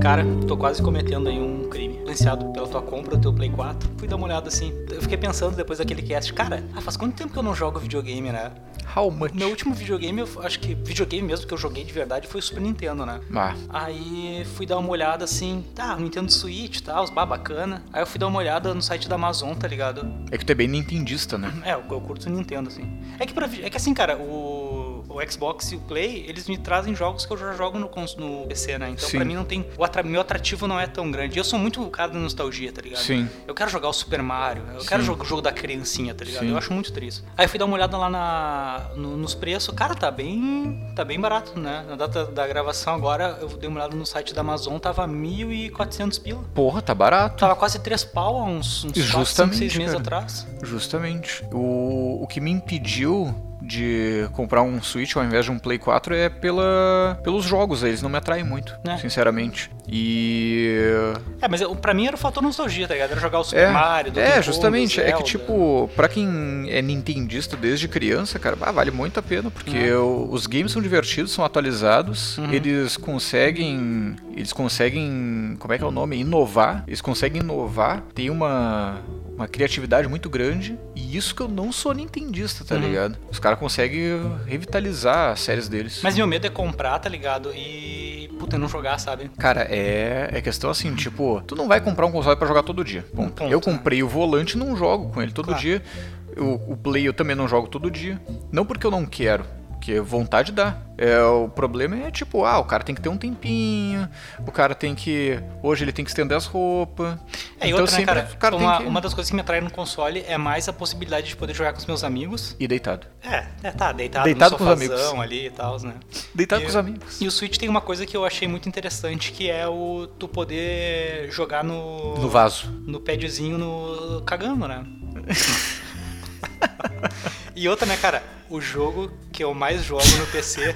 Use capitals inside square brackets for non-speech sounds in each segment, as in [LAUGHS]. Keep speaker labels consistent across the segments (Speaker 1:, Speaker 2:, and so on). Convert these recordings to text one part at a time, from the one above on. Speaker 1: Cara, tô quase cometendo aí um crime. Influenciado pela tua compra do teu Play 4, fui dar uma olhada assim. Eu fiquei pensando depois daquele cast, cara, ah, faz quanto tempo que eu não jogo videogame, né?
Speaker 2: How much?
Speaker 1: Meu último videogame, eu acho que videogame mesmo que eu joguei de verdade foi o Super Nintendo, né?
Speaker 2: Ah,
Speaker 1: Aí fui dar uma olhada assim, tá, Nintendo Switch e tal, os bah, bacana. Aí eu fui dar uma olhada no site da Amazon, tá ligado?
Speaker 2: é que tu é bem nintendista, né?
Speaker 1: É, eu, eu curto Nintendo, assim. É que, pra, vi- é que assim, cara, o, o Xbox e o Play, eles me trazem jogos que eu já jogo no, cons- no PC, né? Então,
Speaker 2: Sim.
Speaker 1: pra mim, não tem. O atra- meu atrativo não é tão grande. E Eu sou muito cara da nostalgia, tá ligado?
Speaker 2: Sim.
Speaker 1: Eu quero jogar o Super Mario, eu quero jogar o jogo da criancinha, tá ligado?
Speaker 2: Sim.
Speaker 1: Eu acho muito triste. Aí fui dar uma olhada lá na, no- nos preços. Cara, tá bem. Tá bem barato, né? Na data da gravação agora, eu dei uma olhada no site da Amazon, tava 1.400 pila.
Speaker 2: Porra, tá barato.
Speaker 1: Tava quase 3 pau há uns, uns 4, 5,
Speaker 2: Justamente,
Speaker 1: 6 meses
Speaker 2: cara.
Speaker 1: atrás.
Speaker 2: Justamente. O, o que me impediu de comprar um Switch ao invés de um Play 4 é pela, pelos jogos, eles não me atraem muito,
Speaker 1: É.
Speaker 2: sinceramente. E
Speaker 1: É, mas eu- pra mim era o fator nostalgia, tá ligado? Era jogar o Super Mario, Donkey
Speaker 2: é
Speaker 1: Kong,
Speaker 2: justamente. É que,
Speaker 1: Zelda.
Speaker 2: tipo, pra quem é nintendista desde criança, cara, ah, vale muito a pena, porque o- os games são divertidos, são atualizados, eles conseguem. Eles conseguem. Como é que é o nome? Inovar. Eles conseguem inovar, tem uma. Uma criatividade muito grande. E isso que eu não sou nintendista, tá ligado? Os caras conseguem revitalizar as séries deles.
Speaker 1: Mas meu medo é comprar, tá ligado? E. Puta, não jogar, sabe?
Speaker 2: Cara, é, é questão assim, tipo, tu não vai comprar um console pra jogar todo dia. Ponto.
Speaker 1: Ponto,
Speaker 2: eu
Speaker 1: né?
Speaker 2: comprei o volante e não jogo com ele todo
Speaker 1: Claro.
Speaker 2: dia. O, o Play eu também não jogo todo dia. Não porque eu não quero, porque vontade dá. É, o problema é tipo, ah, o cara tem que ter um tempinho, o cara tem que. Hoje ele tem que estender as roupas.
Speaker 1: É, e
Speaker 2: então
Speaker 1: outra, né,
Speaker 2: sempre
Speaker 1: cara?
Speaker 2: o cara
Speaker 1: uma,
Speaker 2: tem que.
Speaker 1: uma das coisas que me atrai no console é mais a possibilidade de poder jogar com os meus amigos.
Speaker 2: E deitado.
Speaker 1: É, é tá, deitado,
Speaker 2: Deitado
Speaker 1: no
Speaker 2: com os amigos.
Speaker 1: sofazão ali e tal, né?
Speaker 2: Deitado
Speaker 1: E-
Speaker 2: com os amigos.
Speaker 1: E o Switch tem uma coisa que eu achei muito interessante, que é o tu poder jogar no.
Speaker 2: No vaso.
Speaker 1: no padzinho no cagando, né? [LAUGHS] e outra, né, cara? O jogo que eu mais jogo no PC.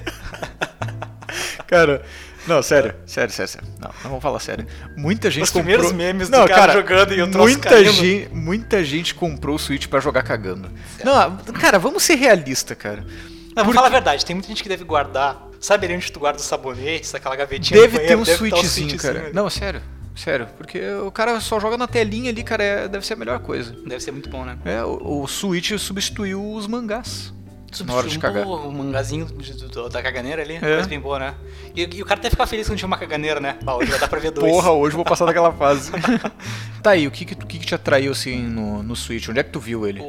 Speaker 2: Cara, não, sério, Ah. sério, sério, sério. Não, não vamos falar sério. Muita gente
Speaker 1: Os
Speaker 2: comprou...
Speaker 1: primeiros memes do cara jogando e o troço
Speaker 2: muita
Speaker 1: caindo.
Speaker 2: gente, muita gente comprou o Switch pra jogar cagando. Não, ah, cara, vamos ser realista, cara.
Speaker 1: Não, vamos
Speaker 2: Por
Speaker 1: falar a verdade, tem muita gente que deve guardar. Sabe ali onde tu guarda os sabonetes, aquela gavetinha
Speaker 2: Deve
Speaker 1: do
Speaker 2: ter
Speaker 1: banheiro,
Speaker 2: um
Speaker 1: deve tá
Speaker 2: Switchzinho, cara.
Speaker 1: ali.
Speaker 2: Não, sério, sério, porque o cara só joga na telinha ali, cara, é- deve ser a melhor coisa.
Speaker 1: Deve ser muito bom, né?
Speaker 2: É, o, o Switch substituiu os mangás. Na
Speaker 1: Substituir
Speaker 2: hora de cagar.
Speaker 1: O mangazinho do- do- da caganeira ali,
Speaker 2: É.
Speaker 1: coisa bem boa, né? E, e o cara até ficar feliz quando tinha uma caganeira, né? Bah, hoje vai dar pra ver dois.
Speaker 2: Porra, hoje eu vou passar daquela fase. [LAUGHS] tá aí, o que que, tu- o que que te atraiu assim no, no Switch? Onde é que tu viu ele?
Speaker 1: O,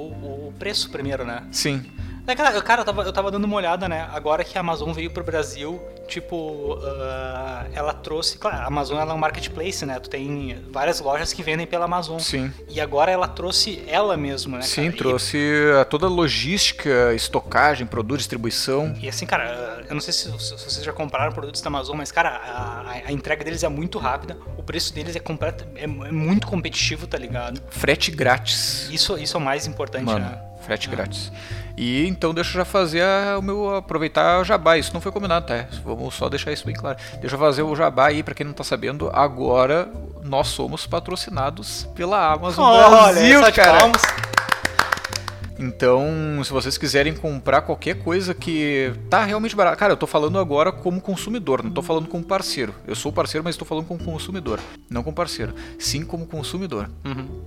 Speaker 1: o preço primeiro, né?
Speaker 2: Sim.
Speaker 1: É, cara, eu, cara, eu tava, eu tava dando uma olhada, né? Agora que a Amazon veio pro Brasil, tipo, ah, ela trouxe. Claro, a Amazon ela é um marketplace, né? Tu tem várias lojas que vendem pela Amazon.
Speaker 2: Sim.
Speaker 1: E agora ela trouxe ela mesma, né?
Speaker 2: Sim,
Speaker 1: cara? E-
Speaker 2: trouxe a toda a logística, estocagem, produto, distribuição.
Speaker 1: E, assim, cara, ah, eu não sei se, se vocês já compraram produtos da Amazon, mas, cara, a, a- a entrega deles é muito rápida, o preço deles é, completo, é, é muito competitivo, tá ligado?
Speaker 2: Frete grátis.
Speaker 1: Isso, isso é o mais importante,
Speaker 2: Mano,
Speaker 1: né?
Speaker 2: frete grátis. E então deixa eu já fazer a- o meu aproveitar o jabá. Isso não foi combinado, tá? Vamos só deixar isso bem claro. Deixa eu fazer o jabá aí, pra quem não tá sabendo, agora nós somos patrocinados pela Amazon Brasil,
Speaker 1: só de
Speaker 2: cara.
Speaker 1: palmas.
Speaker 2: Então, se vocês quiserem comprar qualquer coisa que tá realmente barato. Cara, eu tô falando agora como consumidor, não tô falando como parceiro. Eu sou parceiro, mas tô falando como consumidor. Não como parceiro. Sim, como consumidor.
Speaker 1: Uhum,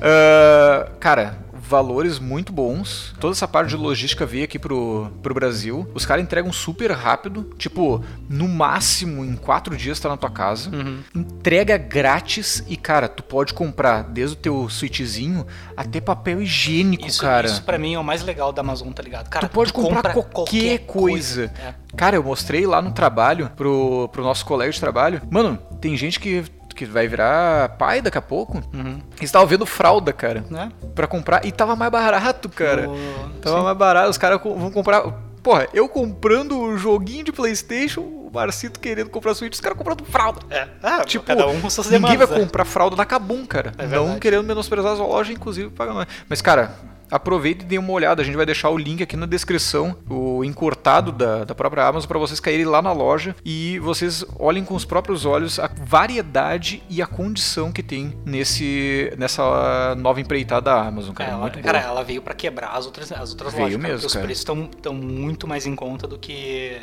Speaker 2: Ah, cara, valores muito bons. Toda essa parte de logística veio aqui pro, pro Brasil. Os caras entregam super rápido. Tipo, no máximo em quatro dias tá na tua casa.
Speaker 1: uhum.
Speaker 2: Entrega grátis e, cara, tu pode comprar desde o teu suítezinho até papel higiênico,
Speaker 1: Isso,
Speaker 2: cara.
Speaker 1: isso pra mim é o mais legal da Amazon, tá ligado? Cara,
Speaker 2: Tu pode comprar
Speaker 1: compra
Speaker 2: qualquer coisa.
Speaker 1: É.
Speaker 2: Cara, eu mostrei lá no trabalho, pro, pro nosso colega de trabalho. Mano, tem gente que, que vai virar pai daqui a pouco.
Speaker 1: Uhum.
Speaker 2: Eles estavam vendo fralda, cara,
Speaker 1: Né?
Speaker 2: pra comprar. E tava mais barato, cara. tá-
Speaker 1: O-
Speaker 2: Tava mais barato. Os caras co- vão comprar. Porra, eu comprando o joguinho de PlayStation, o Marcito querendo comprar Switch, os caras comprando fralda.
Speaker 1: É. Ah,
Speaker 2: Tipo,
Speaker 1: cada um com suas
Speaker 2: Ninguém
Speaker 1: demandas.
Speaker 2: vai
Speaker 1: né?
Speaker 2: comprar fralda da Kabum, cara.
Speaker 1: É
Speaker 2: não
Speaker 1: verdade.
Speaker 2: querendo menosprezar as lojas, inclusive, pagando. Mas, cara, aproveita e dê uma olhada. A gente vai deixar o link aqui na descrição, o encurtado da, da própria Amazon, para vocês caírem lá na loja e vocês olhem com os próprios olhos a variedade e a condição que tem nesse, nessa nova empreitada da Amazon, Um cara.
Speaker 1: É, ela,
Speaker 2: muito
Speaker 1: cara,
Speaker 2: boa.
Speaker 1: ela veio pra quebrar as outras, as outras
Speaker 2: Veio
Speaker 1: lojas. cara,
Speaker 2: mesmo,
Speaker 1: porque os
Speaker 2: cara.
Speaker 1: preços estão muito mais em conta do que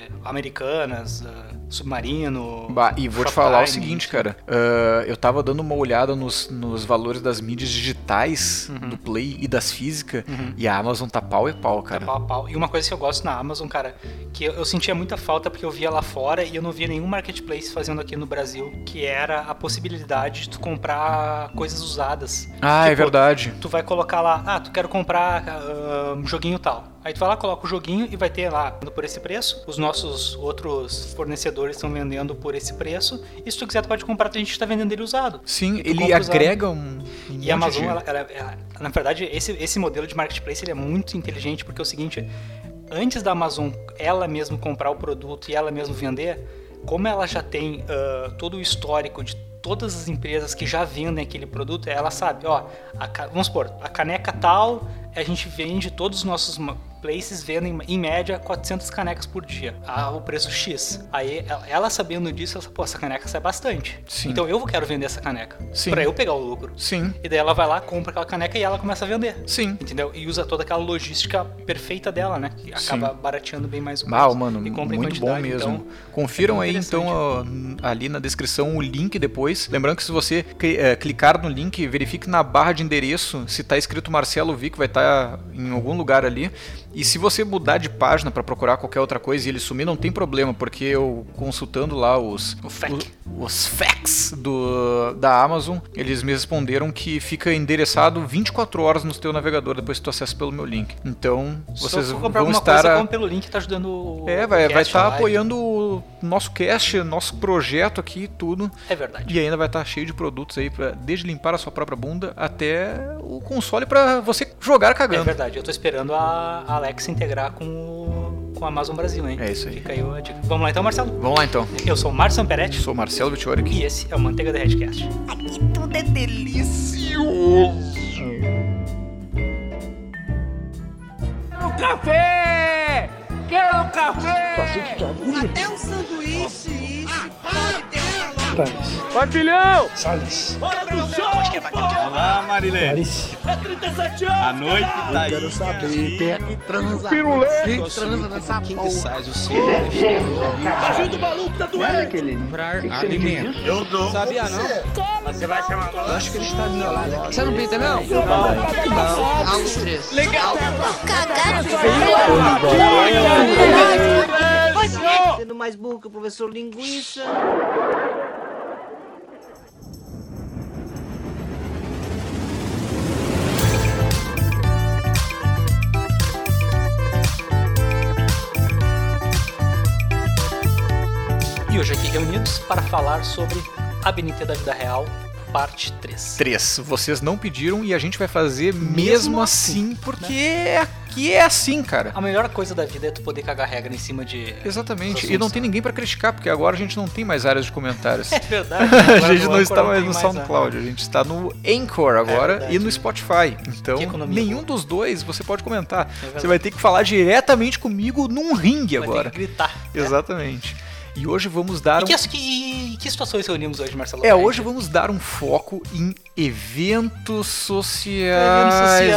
Speaker 1: Americanas, ah, Submarino.
Speaker 2: Bah, e vou te
Speaker 1: Shoptime.
Speaker 2: falar o seguinte, cara. ah, eu tava dando uma olhada nos, nos valores das mídias digitais
Speaker 1: Uhum.
Speaker 2: do Play e das físicas, e a Amazon tá pau e pau,
Speaker 1: Tá
Speaker 2: cara.
Speaker 1: Uhum. pau a pau. E uma coisa que eu gosto na Amazon, cara, que eu, eu sentia muita falta porque eu via lá fora e eu não via nenhum marketplace fazendo aqui no Brasil, que era a possibilidade de tu comprar coisas usadas.
Speaker 2: Ah, é
Speaker 1: Tipo,
Speaker 2: verdade.
Speaker 1: Tu vai colocar lá, ah, tu quero comprar ah, um joguinho tal. Aí tu vai lá, coloca o joguinho e vai ter lá, "Vendo por esse preço, os nossos outros fornecedores estão vendendo por esse preço, e se tu quiser tu pode comprar, a gente tá vendendo ele usado.
Speaker 2: Sim,
Speaker 1: tu
Speaker 2: ele
Speaker 1: compra usado.
Speaker 2: agrega um. um monte
Speaker 1: E a Amazon,
Speaker 2: de-
Speaker 1: ela, ela- ela- na verdade, esse, esse modelo de marketplace ele é muito inteligente, porque é o seguinte, antes da Amazon ela mesma comprar o produto e ela mesma vender, como ela já tem ah, todo o histórico de todas as empresas que já vendem aquele produto, ela sabe, ó, a ca- vamos supor, a caneca tal, a gente vende, todos os nossos ma- places vendem em média 400 canecas por dia, a o preço X. Aí ela- ela sabendo disso, ela fala, pô, essa caneca sai bastante.
Speaker 2: Sim.
Speaker 1: Então eu quero vender essa caneca,
Speaker 2: Sim.
Speaker 1: para eu pegar o lucro.
Speaker 2: Sim,
Speaker 1: E daí ela vai lá, compra aquela caneca e ela começa a vender.
Speaker 2: sim.
Speaker 1: Entendeu? E usa toda aquela logística perfeita dela, né? Que acaba barateando bem mais o preço.
Speaker 2: Ah, mano,
Speaker 1: E compra em
Speaker 2: muito bom
Speaker 1: quantidade,
Speaker 2: mesmo.
Speaker 1: então,
Speaker 2: Confiram
Speaker 1: é bem
Speaker 2: aí então ó, ali na descrição o link depois. Lembrando que se você cli- eh, clicar no link, verifique na barra de endereço se tá escrito Marcelo Vic, vai estar em algum lugar ali. E se você mudar de página para procurar qualquer outra coisa e ele sumir, não tem problema, porque eu consultando lá os
Speaker 1: então, O fac.
Speaker 2: o- os facts do da Amazon, eles me responderam que fica endereçado 24 horas no teu navegador depois que tu acessa pelo meu link. Então,
Speaker 1: se
Speaker 2: vocês
Speaker 1: for
Speaker 2: vão
Speaker 1: comprar alguma
Speaker 2: estar
Speaker 1: coisa,
Speaker 2: a-
Speaker 1: compra pelo link, tá ajudando o.
Speaker 2: é, vai
Speaker 1: o
Speaker 2: estar vai
Speaker 1: cast
Speaker 2: tá
Speaker 1: lá.
Speaker 2: apoiando o nosso cast, nosso projeto aqui e tudo.
Speaker 1: É verdade.
Speaker 2: E ainda vai estar cheio de produtos aí, pra, desde limpar a sua própria bunda até o console pra você jogar
Speaker 1: É
Speaker 2: cagando.
Speaker 1: verdade. Eu tô esperando a Alex integrar com o com a Amazon Brasil, hein?
Speaker 2: É isso aí.
Speaker 1: Fica aí a dica. Vamos lá então, Marcelo?
Speaker 2: Vamos lá então.
Speaker 1: Eu sou o Márcio
Speaker 2: Eu
Speaker 1: Amperetti
Speaker 2: sou o Marcelo Vittori aqui.
Speaker 1: e esse é o Manteiga da Redcast.
Speaker 3: Aqui tudo é delicioso.
Speaker 4: Quero café! Quero café!
Speaker 3: Até o sanduíche, isso. pode ter calor.
Speaker 4: Patilhão!
Speaker 5: Salles.
Speaker 6: Olá, Marilene.
Speaker 5: Clarice.
Speaker 4: É 37 anos!
Speaker 6: A noite tá aí. Eu quero saber.
Speaker 4: Pirulê!
Speaker 6: transa nessa porra. sai do seu bicho?
Speaker 4: do maluco tá doendo!
Speaker 6: Eu dou.
Speaker 7: Sabia não?
Speaker 4: Você vai chamar maluco?
Speaker 7: Acho que ele está violado. Você não pinta não? Não. Não. Aos três.
Speaker 3: Sendo mais burro que o professor Linguiça.
Speaker 1: E hoje aqui reunidos para falar sobre A Benita da Vida Real, parte 3.
Speaker 2: Três. Vocês não pediram e a gente vai fazer mesmo,
Speaker 1: Mesmo né?
Speaker 2: assim, porque aqui é assim, cara.
Speaker 1: A melhor coisa da vida é tu poder cagar regra em cima
Speaker 2: [LAUGHS]
Speaker 1: de.
Speaker 2: Exatamente.
Speaker 1: Assuntos,
Speaker 2: E não tem ninguém pra criticar, porque agora a gente não tem mais áreas de comentários.
Speaker 1: [LAUGHS] É verdade.
Speaker 2: A
Speaker 1: Agora
Speaker 2: gente não está
Speaker 1: Anchor
Speaker 2: mais
Speaker 1: tem
Speaker 2: no
Speaker 1: né?
Speaker 2: SoundCloud, a gente está no Anchor agora
Speaker 1: verdade,
Speaker 2: e no
Speaker 1: né?
Speaker 2: Spotify. Então,
Speaker 1: Que economia É
Speaker 2: nenhum dos dois você pode comentar.
Speaker 1: verdade.
Speaker 2: Você vai ter que falar diretamente comigo num ringue
Speaker 1: Vai
Speaker 2: agora.
Speaker 1: ter que gritar.
Speaker 2: [LAUGHS]
Speaker 1: É.
Speaker 2: Exatamente. E hoje vamos dar
Speaker 1: E
Speaker 2: um...
Speaker 1: que, que, que situações reunimos hoje, Marcelo?
Speaker 2: É, hoje vamos dar um foco em eventos sociais, é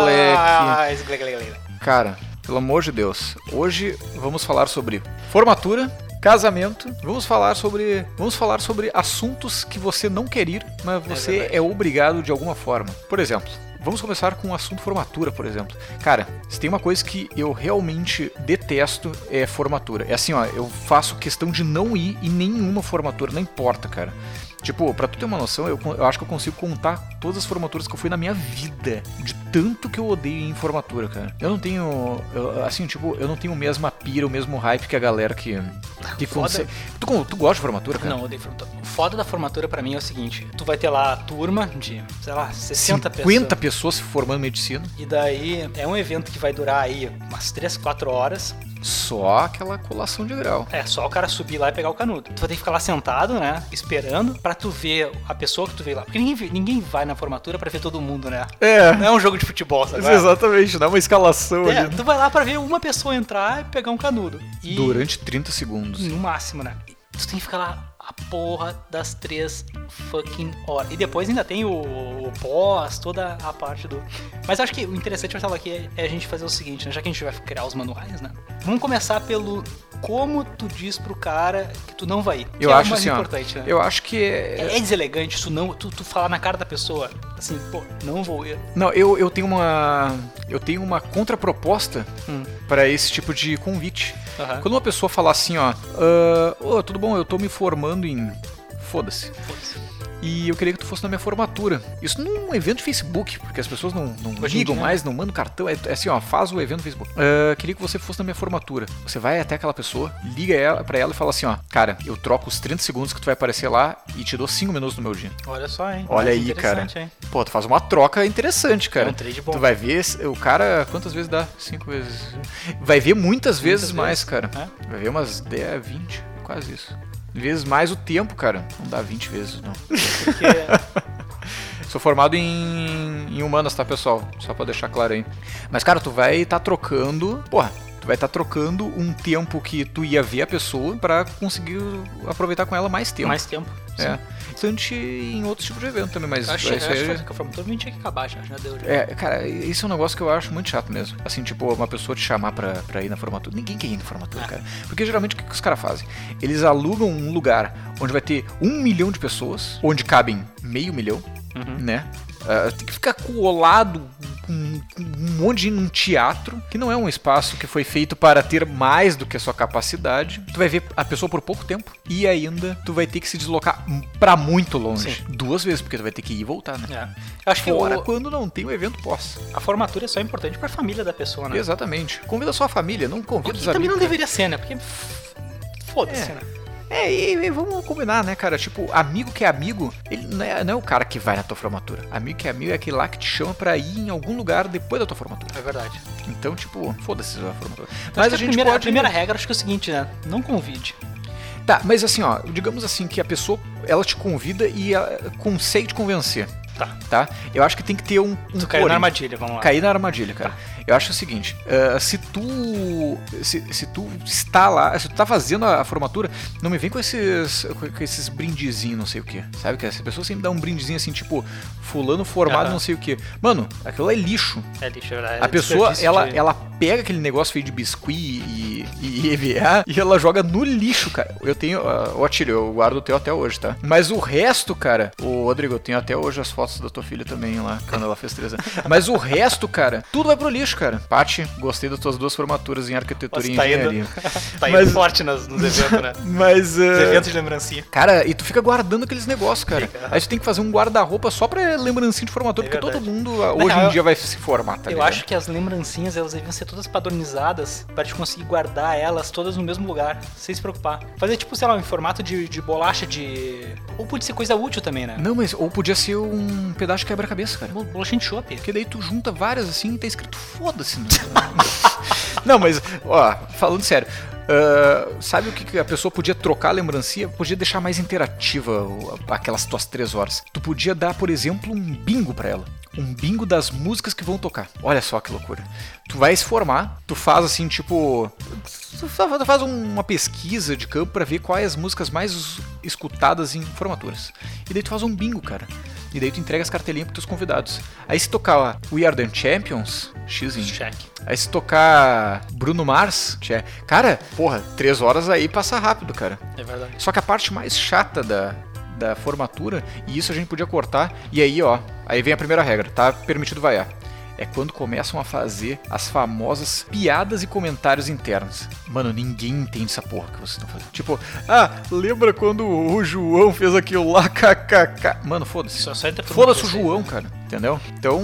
Speaker 2: moleque.
Speaker 1: Glê, glê, glê.
Speaker 2: Cara, pelo amor de Deus. Hoje vamos falar sobre formatura, casamento. Vamos falar sobre, vamos falar sobre assuntos que você não quer ir, mas você
Speaker 1: verdade.
Speaker 2: é, obrigado de alguma forma. Por exemplo, vamos começar com o assunto formatura, por exemplo. Cara, se tem uma coisa que eu realmente detesto é formatura. É assim, ó, eu faço questão de não ir em nenhuma formatura, não importa, cara. Tipo, pra tu ter uma noção, eu, con- eu acho que eu consigo contar todas as formaturas que eu fui na minha vida. De tanto que eu odeio ir em formatura, cara. Eu não tenho. eu- assim, tipo, eu não tenho a mesma pira, o mesmo hype que a galera
Speaker 1: [LAUGHS]
Speaker 2: que. que
Speaker 1: Foda.
Speaker 2: consegue. Tu, con- tu gosta de formatura, cara?
Speaker 1: Não, odeio formatura. O foda da formatura pra mim é o seguinte: tu vai ter lá a turma de, sei lá, 60
Speaker 2: 50
Speaker 1: pessoas.
Speaker 2: pessoas se formando em medicina.
Speaker 1: E daí é um evento que vai durar aí umas 3, 4 horas.
Speaker 2: Só aquela colação de grau.
Speaker 1: É só o cara subir lá e pegar o canudo. Tu vai ter que ficar lá sentado, né? Esperando pra tu ver a pessoa que tu veio lá. Porque ninguém, vê- ninguém vai na formatura pra ver todo mundo, né?
Speaker 2: É,
Speaker 1: Não é um jogo de futebol, sabe?
Speaker 2: exatamente, dá uma escalação
Speaker 1: É,
Speaker 2: ali. né?
Speaker 1: tu vai lá pra ver uma pessoa entrar e pegar um canudo. E
Speaker 2: Durante 30 segundos.
Speaker 1: no máximo, né? E Tu tem que ficar lá a porra das três fucking horas. E depois ainda tem o, o boss, toda a parte do. Mas acho que o interessante, Marcelo, aqui é, é a gente fazer o seguinte, né? Já que a gente vai criar os manuais, né? Vamos começar pelo como tu diz pro cara que tu não vai ir. que
Speaker 2: Eu
Speaker 1: é o
Speaker 2: acho
Speaker 1: mais
Speaker 2: assim, ó.
Speaker 1: importante, né?
Speaker 2: Eu acho que é,
Speaker 1: É, é deselegante tu, não, tu, tu falar na cara da pessoa assim, pô, não vou ir.
Speaker 2: Não, eu, eu tenho uma. Eu tenho uma contraproposta
Speaker 1: Hum. Tá.
Speaker 2: pra esse tipo de convite.
Speaker 1: Aham.
Speaker 2: Quando uma pessoa fala assim, ó, "Ah, ô, tudo bom, eu tô me formando em. Foda-se. E eu queria que tu fosse na minha formatura. Isso num evento de Facebook, porque as pessoas não, não
Speaker 1: Hoje em
Speaker 2: ligam
Speaker 1: dia. né?
Speaker 2: mais, não mandam cartão. É, é assim, ó, faz o evento no Facebook. "Ah, queria que você fosse na minha formatura. Você vai até aquela pessoa, liga ela pra ela e fala assim, ó, cara, eu troco os 30 segundos que tu vai aparecer lá e te dou 5 minutos do meu dia.
Speaker 1: Olha só, hein?
Speaker 2: Olha
Speaker 1: Mas
Speaker 2: aí, cara.
Speaker 1: interessante, Hein?
Speaker 2: Pô, tu faz uma troca interessante, cara.
Speaker 1: É um trade bom.
Speaker 2: Tu vai ver se- o cara. Quantas vezes dá? Cinco vezes. Vai ver muitas, vezes,
Speaker 1: vezes,
Speaker 2: mais, cara.
Speaker 1: né?
Speaker 2: Vai ver umas 10, 20, quase isso. Vezes mais o tempo, cara. Não dá 20 vezes, não.
Speaker 1: Porque
Speaker 2: Sou formado em, em humanas, tá, pessoal? Só pra deixar claro aí. Mas, cara, tu vai tá trocando. Porra. Tu vai estar trocando um tempo que tu ia ver a pessoa pra conseguir aproveitar com ela mais tempo.
Speaker 1: mais tempo.
Speaker 2: é. Bastante em outros tipos de evento também, mas
Speaker 1: Acho,
Speaker 2: isso
Speaker 1: acho
Speaker 2: aí-
Speaker 1: que foi- foi todo mundo tinha que acabar já, já deu. Já.
Speaker 2: É, cara, isso é um negócio que eu acho muito chato mesmo. Assim, tipo, uma pessoa te chamar pra, pra ir na formatura. Ninguém quer ir na formatura, cara. Porque geralmente o que, que os caras fazem? Eles alugam um lugar onde vai ter um milhão de pessoas, onde cabem meio milhão, né? Ah, tem que ficar colado com com um monte de gente num teatro, que não é um espaço que foi feito para ter mais do que a sua capacidade. Tu vai ver a pessoa por pouco tempo e ainda tu vai ter que se deslocar pra muito longe. Duas vezes, porque tu vai ter que ir e voltar, né?
Speaker 1: É. Eu Acho que
Speaker 2: Fora
Speaker 1: o-
Speaker 2: quando não tem o evento pós.
Speaker 1: a formatura é só importante pra família da pessoa, né?
Speaker 2: Exatamente. Convida só a família, não
Speaker 1: O
Speaker 2: convida
Speaker 1: que
Speaker 2: os
Speaker 1: também não
Speaker 2: amigos.
Speaker 1: deveria ser, né? Porque. f- Foda-se,
Speaker 2: É.
Speaker 1: né?
Speaker 2: É, e, e vamos combinar, né, cara? Tipo, amigo que é amigo, ele não é, não é o cara que vai na tua formatura. Amigo que é amigo é aquele lá que te chama pra ir em algum lugar depois da tua formatura.
Speaker 1: É verdade.
Speaker 2: Então, tipo, foda-se a formatura.
Speaker 1: Então,
Speaker 2: Mas
Speaker 1: acho que
Speaker 2: a gente
Speaker 1: primeira,
Speaker 2: pode.
Speaker 1: primeira regra acho que é o seguinte, né? Não convide.
Speaker 2: Tá, mas assim, ó, digamos assim que a pessoa, ela te convida e ela consegue te convencer,
Speaker 1: Tá.
Speaker 2: tá? Eu acho que tem que ter um. um
Speaker 1: Tu caiu na
Speaker 2: porém.
Speaker 1: armadilha, vamos lá.
Speaker 2: Cair na armadilha, cara. Eu acho o seguinte, ah, se tu se, se tu está lá, se tu tá fazendo a, a formatura, não me vem com esses com, com esses brindezinhos, não sei o que. Sabe que essa pessoa sempre dá um brindezinho assim, tipo, fulano formado,
Speaker 1: Aham.
Speaker 2: não sei o que. Mano, aquilo é lixo.
Speaker 1: É lixo, é verdade.
Speaker 2: a
Speaker 1: É
Speaker 2: pessoa,
Speaker 1: desperdício
Speaker 2: ela,
Speaker 1: de-
Speaker 2: ela pega aquele negócio feito de biscuit e, e EVA e ela joga no lixo, cara. Eu tenho, ah, ó, Tilly, eu guardo o teu até hoje, tá? Mas o resto, cara, ô Rodrigo, eu tenho até hoje as fotos da tua filha também lá, quando ela fez três anos. Mas o resto, cara, tudo vai pro lixo, cara. Paty, gostei das tuas duas formaturas em arquitetura
Speaker 1: Nossa,
Speaker 2: e
Speaker 1: tá [LAUGHS]
Speaker 2: engenharia.
Speaker 1: indo, tá indo
Speaker 2: Mas-
Speaker 1: forte nas- nos eventos,
Speaker 2: [LAUGHS]
Speaker 1: né?
Speaker 2: Mas. ah,
Speaker 1: Os eventos de lembrancinha.
Speaker 2: Cara, e tu fica guardando aqueles negócios, cara. Aí tu tem que fazer um guarda-roupa só pra lembrancinha de formatura,
Speaker 1: É
Speaker 2: porque todo
Speaker 1: verdade.
Speaker 2: mundo ah,
Speaker 1: Mas,
Speaker 2: hoje
Speaker 1: ah,
Speaker 2: em
Speaker 1: eu-
Speaker 2: dia vai se formar, tá
Speaker 1: Eu
Speaker 2: ligado?
Speaker 1: acho que as lembrancinhas, elas deviam ser todas padronizadas pra te conseguir guardar elas todas no mesmo lugar, sem se preocupar. Fazer tipo, sei lá, em formato de, de bolacha de... Ou pode ser coisa útil também, né?
Speaker 2: Não, mas ou podia ser um pedaço de quebra-cabeça, cara.
Speaker 1: Bo- Bolachinha de chope.
Speaker 2: Porque daí tu junta várias assim e tá escrito foda-se. né? Não, mas, ó, falando sério. ah, sabe o que que a pessoa podia trocar a lembrancinha? Podia deixar mais interativa o- aquelas tuas três horas. Tu podia dar, por exemplo, um bingo pra ela. Um bingo das músicas que vão tocar. Olha só que loucura. Tu vai se formar, tu faz assim, tipo. Tu fa- tu faz um, uma pesquisa de campo pra ver quais as músicas mais escutadas em formaturas. E daí tu faz um bingo, cara. E daí tu entrega as cartelinhas pros teus convidados. Aí se tocar ó, We Are The Champions, X em
Speaker 1: Cheque.
Speaker 2: Aí se tocar Bruno Mars, tchê, cara, porra, três horas aí passa rápido, cara.
Speaker 1: É verdade.
Speaker 2: Só que a parte mais chata da, da formatura, e isso a gente podia cortar, e aí, ó, aí vem a primeira regra, tá permitido vaiar. É quando começam a fazer as famosas piadas e comentários internos. Mano, ninguém entende essa porra que vocês estão fazendo. Tipo, ah, lembra quando o João fez aquilo lá, [LAUGHS] kkk. Mano, foda-se.
Speaker 1: Só- só entra por um assim.
Speaker 2: Foda-se o
Speaker 1: você.
Speaker 2: João, cara. Entendeu? Então,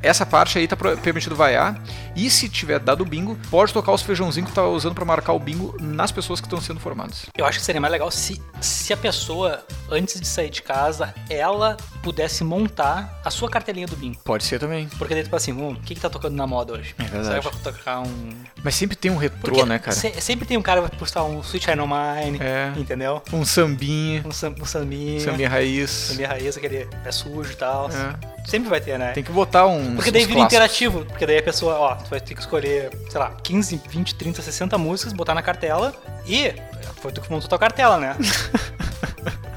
Speaker 2: essa parte aí tá pro- permitido vaiar. E se tiver dado bingo, pode tocar os feijãozinhos que tá usando pra marcar o bingo nas pessoas que estão sendo formadas.
Speaker 1: Eu acho que seria mais legal se, se a pessoa, antes de sair de casa, ela pudesse montar a sua cartelinha do bingo.
Speaker 2: Pode ser também.
Speaker 1: Porque daí, tipo assim, "Hum, o que, que tá tocando na moda hoje?
Speaker 2: É verdade.
Speaker 1: Será que vai tocar um.
Speaker 2: Mas sempre tem um retrô,
Speaker 1: Porque
Speaker 2: né, cara?
Speaker 1: se- sempre tem um cara que vai postar um Switch I Know Mine,
Speaker 2: É.
Speaker 1: entendeu?
Speaker 2: Um sambinha,
Speaker 1: Um, sam, um sambinha,
Speaker 2: É. sambinha raiz.
Speaker 1: sambinha raiz, aquele é sujo e tal.
Speaker 2: É.
Speaker 1: Sempre vai ter, né?
Speaker 2: Tem que botar um.
Speaker 1: Porque daí vira interativo, porque daí a pessoa, ó, tu vai ter que escolher, sei lá, 15, 20, 30, 60 músicas, botar na cartela e. Foi tu que montou tua cartela,
Speaker 2: [LAUGHS]
Speaker 1: né?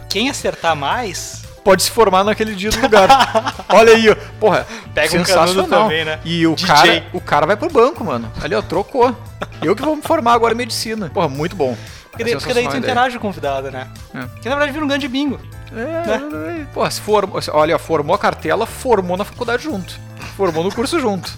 Speaker 1: Quem acertar mais.
Speaker 2: Pode se formar naquele dia do [LAUGHS] lugar. Olha aí, ó. Porra,
Speaker 1: Pega um
Speaker 2: sensacional.
Speaker 1: canudo também, né?
Speaker 2: E o
Speaker 1: DJ.
Speaker 2: cara, o cara vai pro banco, mano. Ali, ó, trocou. Eu que vou me formar agora em medicina. Porra, muito bom.
Speaker 1: Porque daí,
Speaker 2: É
Speaker 1: porque daí tu
Speaker 2: sensacional a ideia.
Speaker 1: interage com o convidado, né?
Speaker 2: É.
Speaker 1: Que na verdade vira um grande bingo.
Speaker 2: É, Pô, se formou, se- olha, formou a cartela, formou na faculdade junto. Formou no curso junto.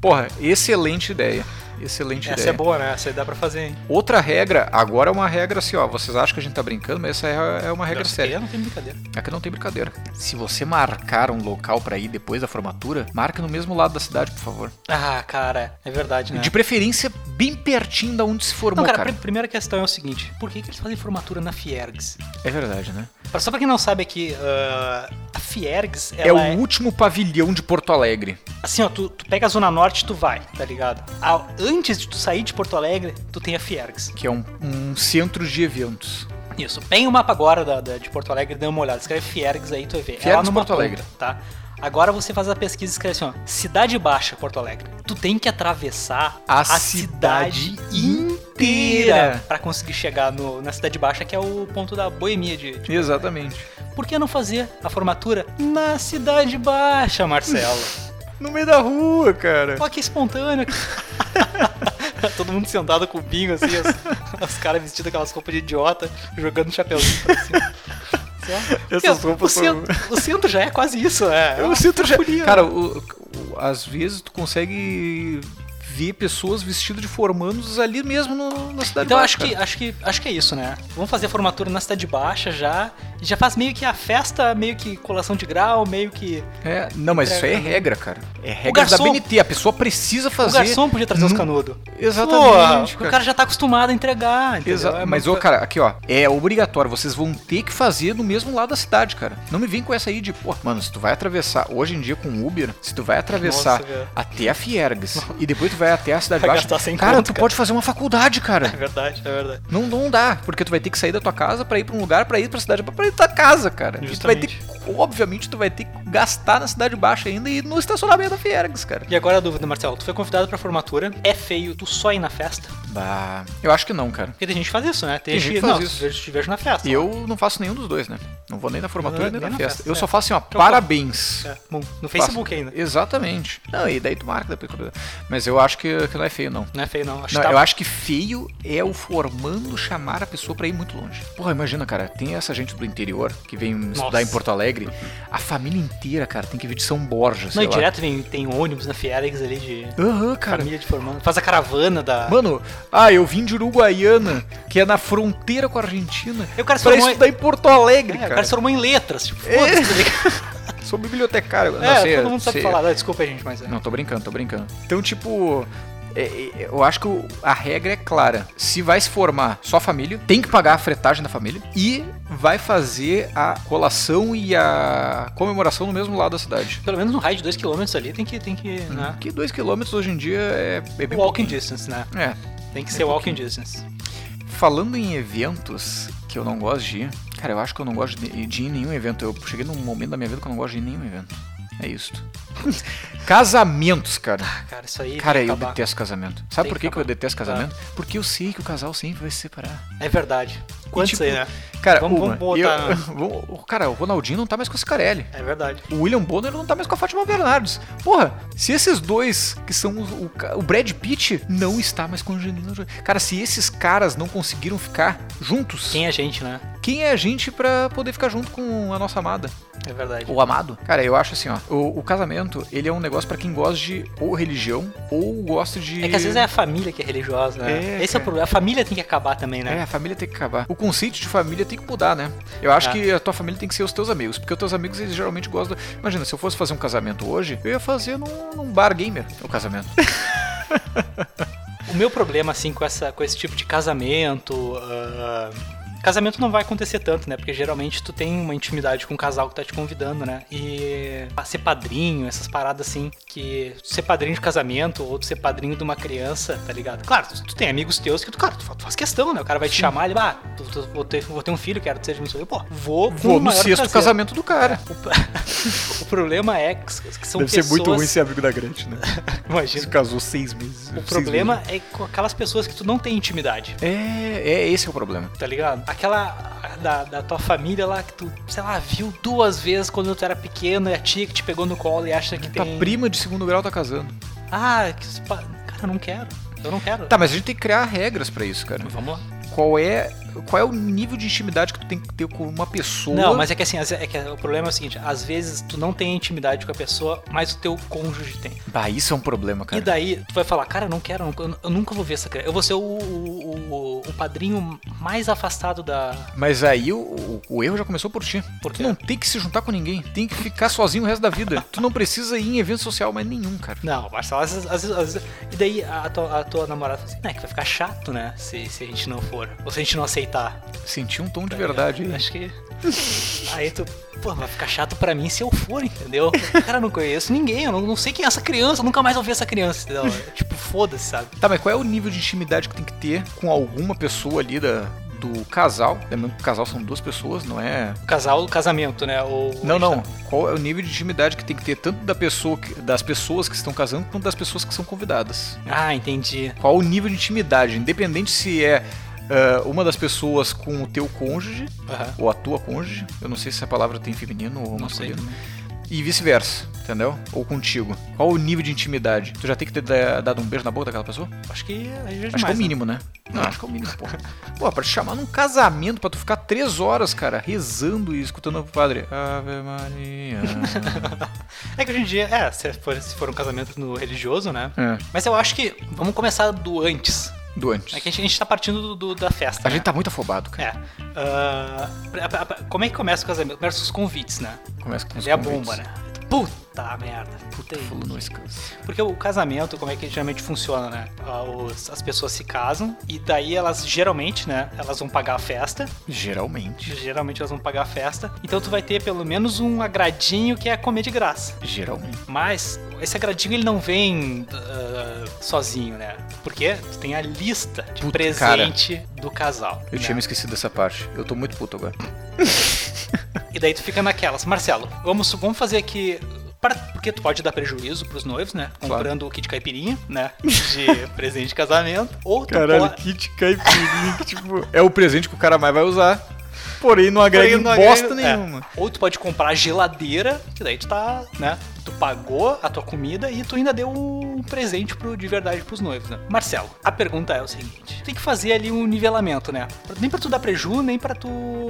Speaker 2: Porra, excelente ideia. Excelente
Speaker 1: Essa
Speaker 2: ideia.
Speaker 1: é boa, né? Essa aí dá pra fazer, hein?
Speaker 2: Outra regra, agora é uma regra assim, ó. Vocês acham que a gente tá brincando, mas essa é é uma regra
Speaker 1: Nossa,
Speaker 2: séria.
Speaker 1: eu Não tem brincadeira.
Speaker 2: Aqui não tem brincadeira. Se você marcar um local pra ir depois da formatura, marque no mesmo lado da cidade, por favor.
Speaker 1: Ah, cara, é verdade, né?
Speaker 2: De preferência, bem pertinho da onde se formou,
Speaker 1: Não, cara,
Speaker 2: cara.
Speaker 1: a primeira questão é o seguinte: por que, que eles fazem formatura na Fiergs?
Speaker 2: É verdade, né?
Speaker 1: Pra- Só pra quem não sabe aqui, ah, a Fiergs,
Speaker 2: É o
Speaker 1: ela é,
Speaker 2: último pavilhão de Porto Alegre.
Speaker 1: Assim, ó, tu, tu pega a Zona Norte e tu vai, tá ligado? Ah, antes de tu sair de Porto Alegre, tu tem a Fiergs.
Speaker 2: Que é um, um centro de eventos.
Speaker 1: Isso. Pega o mapa agora da, da- de Porto Alegre, dê uma olhada. Escreve Fiergs aí, tu vai ver.
Speaker 2: Fiergs
Speaker 1: é lá no
Speaker 2: Porto
Speaker 1: Mapu,
Speaker 2: Alegre.
Speaker 1: Tá? Agora você faz a pesquisa e escreve assim, ó. Cidade Baixa, Porto Alegre. Tu tem que atravessar
Speaker 2: A
Speaker 1: a,
Speaker 2: cidade
Speaker 1: cidade,
Speaker 2: inteira.
Speaker 1: inteira pra conseguir chegar no- na Cidade Baixa, que é o ponto da boemia de... de-
Speaker 2: Exatamente.
Speaker 1: Por que não fazer a formatura na Cidade Baixa, Marcelo?
Speaker 2: No meio da rua, cara.
Speaker 1: Ó, que espontâneo. [LAUGHS] Todo mundo sentado com o bingo, assim, os, os caras vestidos aquelas roupas de idiota, jogando chapeuzinho pra cima. Só- Porque
Speaker 2: Essas roupas
Speaker 1: o,
Speaker 2: são-
Speaker 1: centro, o centro já é quase isso, né?
Speaker 2: Eu sinto já.
Speaker 1: folia.
Speaker 2: Cara, o- o- às vezes tu consegue ver pessoas vestidas de formandos ali mesmo no- na cidade
Speaker 1: Então
Speaker 2: baixa,
Speaker 1: acho que,
Speaker 2: cara.
Speaker 1: acho, que, acho que é isso, né? Vamos fazer a formatura na Cidade Baixa já. E já faz meio que a festa, meio que colação de grau, meio que.
Speaker 2: É, não, mas isso aí é regra, cara. É regra da
Speaker 1: garçom-
Speaker 2: BNT. A pessoa precisa
Speaker 1: O
Speaker 2: fazer.
Speaker 1: garçom podia trazer os
Speaker 2: Hum,
Speaker 1: canudos.
Speaker 2: Exatamente.
Speaker 1: Porra, O cara já tá acostumado a entregar. entendeu?
Speaker 2: Exa-
Speaker 1: É
Speaker 2: mas, ô,
Speaker 1: muito-
Speaker 2: cara, aqui, ó, é obrigatório. Vocês vão ter que fazer no mesmo lado da cidade, cara. Não me vem com essa aí de, pô, mano, se tu vai atravessar, hoje em dia com Uber, se tu vai atravessar
Speaker 1: Nossa, velho.
Speaker 2: até a Fiergs e depois tu vai até a Cidade
Speaker 1: [LAUGHS] Vai
Speaker 2: Baixa,
Speaker 1: gastar cem
Speaker 2: cara,
Speaker 1: conto,
Speaker 2: tu
Speaker 1: cara.
Speaker 2: pode fazer uma faculdade,
Speaker 1: É
Speaker 2: cara.
Speaker 1: verdade, é verdade.
Speaker 2: Não, não dá, porque tu vai ter que sair da tua casa pra ir pra um lugar, pra ir pra cidade, pra ir pra tua casa, cara. E tu vai ter, que- obviamente, tu vai ter que gastar na cidade baixa ainda e no estacionamento da Fiergs, cara.
Speaker 1: E agora a dúvida, Marcelo, tu foi convidado pra formatura, é feio tu só ir na festa?
Speaker 2: Bah, eu acho que não, cara.
Speaker 1: Porque tem gente que faz isso, né? Tem,
Speaker 2: Tem gente
Speaker 1: gente
Speaker 2: que
Speaker 1: não,
Speaker 2: faz isso.
Speaker 1: te vejo- te vejo na festa.
Speaker 2: E eu não faço nenhum dos dois, né? Não vou nem na formatura
Speaker 1: Não,
Speaker 2: nem
Speaker 1: nem
Speaker 2: na
Speaker 1: na
Speaker 2: festa.
Speaker 1: festa,
Speaker 2: Eu
Speaker 1: é.
Speaker 2: só faço assim, ó,
Speaker 1: tô-
Speaker 2: parabéns.
Speaker 1: É, no, no Facebook
Speaker 2: Faço-
Speaker 1: ainda.
Speaker 2: Exatamente. Não, e daí tu marca depois. quando- Mas eu acho que, que não é feio, não.
Speaker 1: Não é feio, não. Acho
Speaker 2: Não,
Speaker 1: que tá...
Speaker 2: eu acho que feio é o formando chamar a pessoa pra ir muito longe. Porra, imagina, cara, tem essa gente do interior que vem estudar em Porto Alegre, a família inteira, cara, tem que vir de São Borja,
Speaker 1: Não,
Speaker 2: sei
Speaker 1: e
Speaker 2: lá.
Speaker 1: direto vem, tem ônibus na Fiergs ali de
Speaker 2: Aham, cara.
Speaker 1: família de formando. Faz a caravana da.
Speaker 2: Mano, ah, eu vim de Uruguaiana, que é na fronteira com a Argentina,
Speaker 1: E o cara se
Speaker 2: pra
Speaker 1: formou em-
Speaker 2: estudar em Porto Alegre,
Speaker 1: É, o
Speaker 2: cara.
Speaker 1: cara se formou em letras, tipo, foda-se, tá ligado?
Speaker 2: Sou bibliotecário. agora.
Speaker 1: É,
Speaker 2: não, sei,
Speaker 1: todo mundo sabe
Speaker 2: sei-
Speaker 1: falar. Não, desculpa, gente, mas é.
Speaker 2: Não, tô brincando, tô brincando. Então, tipo, é, é, eu acho que o- a regra é clara. Se vai se formar só a família, tem que pagar a fretagem da família e vai fazer a colação e a comemoração no mesmo lado da cidade.
Speaker 1: Pelo menos no raio de 2km ali tem que. Tem que né?
Speaker 2: Que 2km hoje em dia é, é Hum. bem
Speaker 1: Walking
Speaker 2: pouquinho.
Speaker 1: distance, né?
Speaker 2: É.
Speaker 1: Tem que ser walking distance.
Speaker 2: Falando em eventos que eu não gosto de ir, cara, eu acho que eu não gosto de, de ir em nenhum evento. Eu cheguei num momento da minha vida que eu não gosto de ir em nenhum evento. É isso. [LAUGHS] Casamentos, cara.
Speaker 1: Ah, Cara, isso aí.
Speaker 2: Cara,
Speaker 1: tem que
Speaker 2: eu
Speaker 1: acabar.
Speaker 2: detesto casamento. Sabe
Speaker 1: Tem que
Speaker 2: por que, que eu
Speaker 1: acabar. Tá.
Speaker 2: detesto casamento? Porque eu sei que o casal sempre vai se separar.
Speaker 1: É verdade. Quantos
Speaker 2: tipo,
Speaker 1: aí, né?
Speaker 2: Cara,
Speaker 1: Vamos-
Speaker 2: uma,
Speaker 1: vamos botar-
Speaker 2: eu- [LAUGHS] vamos- cara, o Ronaldinho não tá mais com o Scarelli.
Speaker 1: É verdade.
Speaker 2: O William Bonner não tá mais com a Fátima Bernardes. Porra, se esses dois, que são o, o ca- o Brad Pitt, não está mais com a Angelina Jolie. Cara, se esses caras não conseguiram ficar juntos, quem,
Speaker 1: Quem é a gente, né?
Speaker 2: é a gente pra poder ficar junto com a nossa amada?
Speaker 1: É verdade.
Speaker 2: O amado? Cara, eu acho assim, ó. O, o casamento, ele é um negócio pra quem gosta de ou religião ou gosta de.
Speaker 1: É que às vezes é a família que é religiosa, né?
Speaker 2: É,
Speaker 1: Esse é
Speaker 2: cara.
Speaker 1: o problema. A família tem que acabar também,
Speaker 2: É,
Speaker 1: né?
Speaker 2: a família tem que acabar. O conceito de família tem que mudar, né? Eu acho
Speaker 1: Ah.
Speaker 2: que a tua família tem que ser os teus amigos, porque os teus amigos eles geralmente gostam. Imagina, se eu fosse fazer um casamento hoje, eu ia fazer num, num bar gamer
Speaker 1: [LAUGHS]
Speaker 2: o casamento.
Speaker 1: O meu problema, assim, com, essa, com esse tipo de casamento, ah, Casamento não vai acontecer tanto, né? Porque geralmente tu tem uma intimidade com o casal que tá te convidando, né? E ah, ser padrinho, essas paradas assim, que ser padrinho de casamento ou tu ser padrinho de uma criança, tá ligado? Claro, tu, tu tem amigos teus que tu, cara, tu, fa- tu faz questão, né? O cara vai te chamar, ele, ah, tu, tu- vou, ter, vou ter um filho, quero que seja isso. Eu, Pô, vou, com
Speaker 2: Vou
Speaker 1: o
Speaker 2: no
Speaker 1: maior
Speaker 2: sexto
Speaker 1: prazer.
Speaker 2: casamento do cara.
Speaker 1: O, o problema é que, que são pessoas...
Speaker 2: Deve ser muito ruim ser amigo da Gretchen, né?
Speaker 1: [LAUGHS] Imagina.
Speaker 2: Se casou seis meses.
Speaker 1: O problema é com aquelas pessoas que tu não tem intimidade,
Speaker 2: É, é esse é o problema.
Speaker 1: tá ligado? Aquela a- da, da tua família lá que tu, sei lá, viu duas vezes quando tu era pequeno e a tia que te pegou no colo e acha que
Speaker 2: Tua
Speaker 1: tem.
Speaker 2: prima de segundo grau tá casando.
Speaker 1: Ah, que se pa- cara, eu não quero. Eu não quero.
Speaker 2: Tá, mas a gente tem que criar regras pra isso, cara.
Speaker 1: Vamos lá.
Speaker 2: Qual é, qual é o nível de intimidade que tu tem que ter com uma pessoa?
Speaker 1: Não, mas é que assim, as- é que o problema é o seguinte: às vezes tu não tem intimidade com a pessoa, mas o teu cônjuge tem.
Speaker 2: Bah, isso é um problema, cara.
Speaker 1: E daí tu vai falar, cara, eu não quero, eu não- eu nunca vou ver essa criança. Eu vou ser o, o, o- o padrinho mais afastado da.
Speaker 2: Mas aí o, o- o erro já começou por ti.
Speaker 1: Por
Speaker 2: tu
Speaker 1: quê?
Speaker 2: não tem que se juntar com ninguém, tem que ficar sozinho o resto da vida. tu não precisa ir em evento social mais nenhum, cara.
Speaker 1: Não, Marcelo, às vezes, às vezes- às vezes- E daí a tua, a tua namorada fala assim, né, que vai ficar chato, né? Se, se a gente não for. Ou se a gente não aceitar.
Speaker 2: Senti um
Speaker 1: Tá
Speaker 2: tom de verdade aí.
Speaker 1: Acho que. Aí tu. Pô, vai ficar chato pra mim se eu for, entendeu? Cara, eu não conheço ninguém, eu não, não sei quem é essa criança, eu nunca mais vou ver essa criança, entendeu? É Tipo, foda-se, sabe?
Speaker 2: Tá, mas qual é o nível de intimidade que tem que ter com alguma pessoa ali da, do casal? Lembrando que o casal são duas pessoas, não é.
Speaker 1: O casal, o casamento, né? O,
Speaker 2: Não, não. Qual é o nível de intimidade que tem que ter tanto da pessoa que- das pessoas que estão casando quanto das pessoas que são convidadas?
Speaker 1: Ah, entendi.
Speaker 2: Qual o nível de intimidade? Independente se é ah, uma das pessoas com o teu cônjuge
Speaker 1: Aham.
Speaker 2: ou a tua cônjuge, eu não sei se essa palavra tem feminino ou
Speaker 1: Não sei.
Speaker 2: masculino, e vice-versa, entendeu? Ou contigo. Qual o nível de intimidade? Tu já tem que ter da- dado um beijo na boca daquela pessoa?
Speaker 1: Acho que é demais.
Speaker 2: Acho que é o
Speaker 1: né?
Speaker 2: mínimo, né? Não, acho que é o mínimo, porra. [LAUGHS] Pô, pra te chamar num casamento, pra tu ficar três horas, cara, rezando e escutando o padre. Ave
Speaker 1: [LAUGHS]
Speaker 2: Maria.
Speaker 1: É que hoje em dia, é, se for, se for um casamento no religioso, né?
Speaker 2: é,
Speaker 1: Mas eu acho que. Vamos começar do antes.
Speaker 2: doentes.
Speaker 1: É que a gente, a gente tá partindo do, do- da festa.
Speaker 2: A gente tá muito afobado, cara.
Speaker 1: É. Ah, pra- pra- pra- como é que começa o casamento? Começa os convites, né?
Speaker 2: Começa com os
Speaker 1: Ele é a
Speaker 2: convites.
Speaker 1: bomba, né? Puta merda. Puta aí.
Speaker 2: Fulano escansa.
Speaker 1: Porque o casamento, como é que geralmente funciona, né? Ah, os- as pessoas se casam e daí elas geralmente, né? Elas vão pagar a festa.
Speaker 2: Geralmente.
Speaker 1: Geralmente elas vão pagar a festa. Então tu vai ter pelo menos um agradinho que é comer de graça.
Speaker 2: Geralmente.
Speaker 1: Mas esse agradinho ele não vem ah, sozinho, né? Porque tu tem a lista de
Speaker 2: Puta,
Speaker 1: presente do casal.
Speaker 2: Eu
Speaker 1: né?
Speaker 2: tinha me esquecido dessa parte. Eu tô muito puto
Speaker 1: Então,
Speaker 2: agora.
Speaker 1: E daí tu fica naquelas. Marcelo, vamos, vamos fazer aqui. para- porque tu pode dar prejuízo pros noivos, né?
Speaker 2: Claro.
Speaker 1: Comprando o kit de caipirinha, né?
Speaker 2: [LAUGHS]
Speaker 1: De presente de casamento. Ou tu pode.
Speaker 2: kit caipirinha, que tipo... É o presente que o cara mais vai usar. Porém, não agrega
Speaker 1: Porém,
Speaker 2: em
Speaker 1: não agrega-
Speaker 2: bosta
Speaker 1: é.
Speaker 2: nenhuma.
Speaker 1: Ou tu pode comprar a geladeira, que daí tu tá, né? Tu pagou a tua comida e tu ainda deu um presente pro, de verdade pros noivos, né? Marcelo, a pergunta é o seguinte: tem que fazer ali um nivelamento, né? Pra- Nem pra tu dar preju, nem pra tu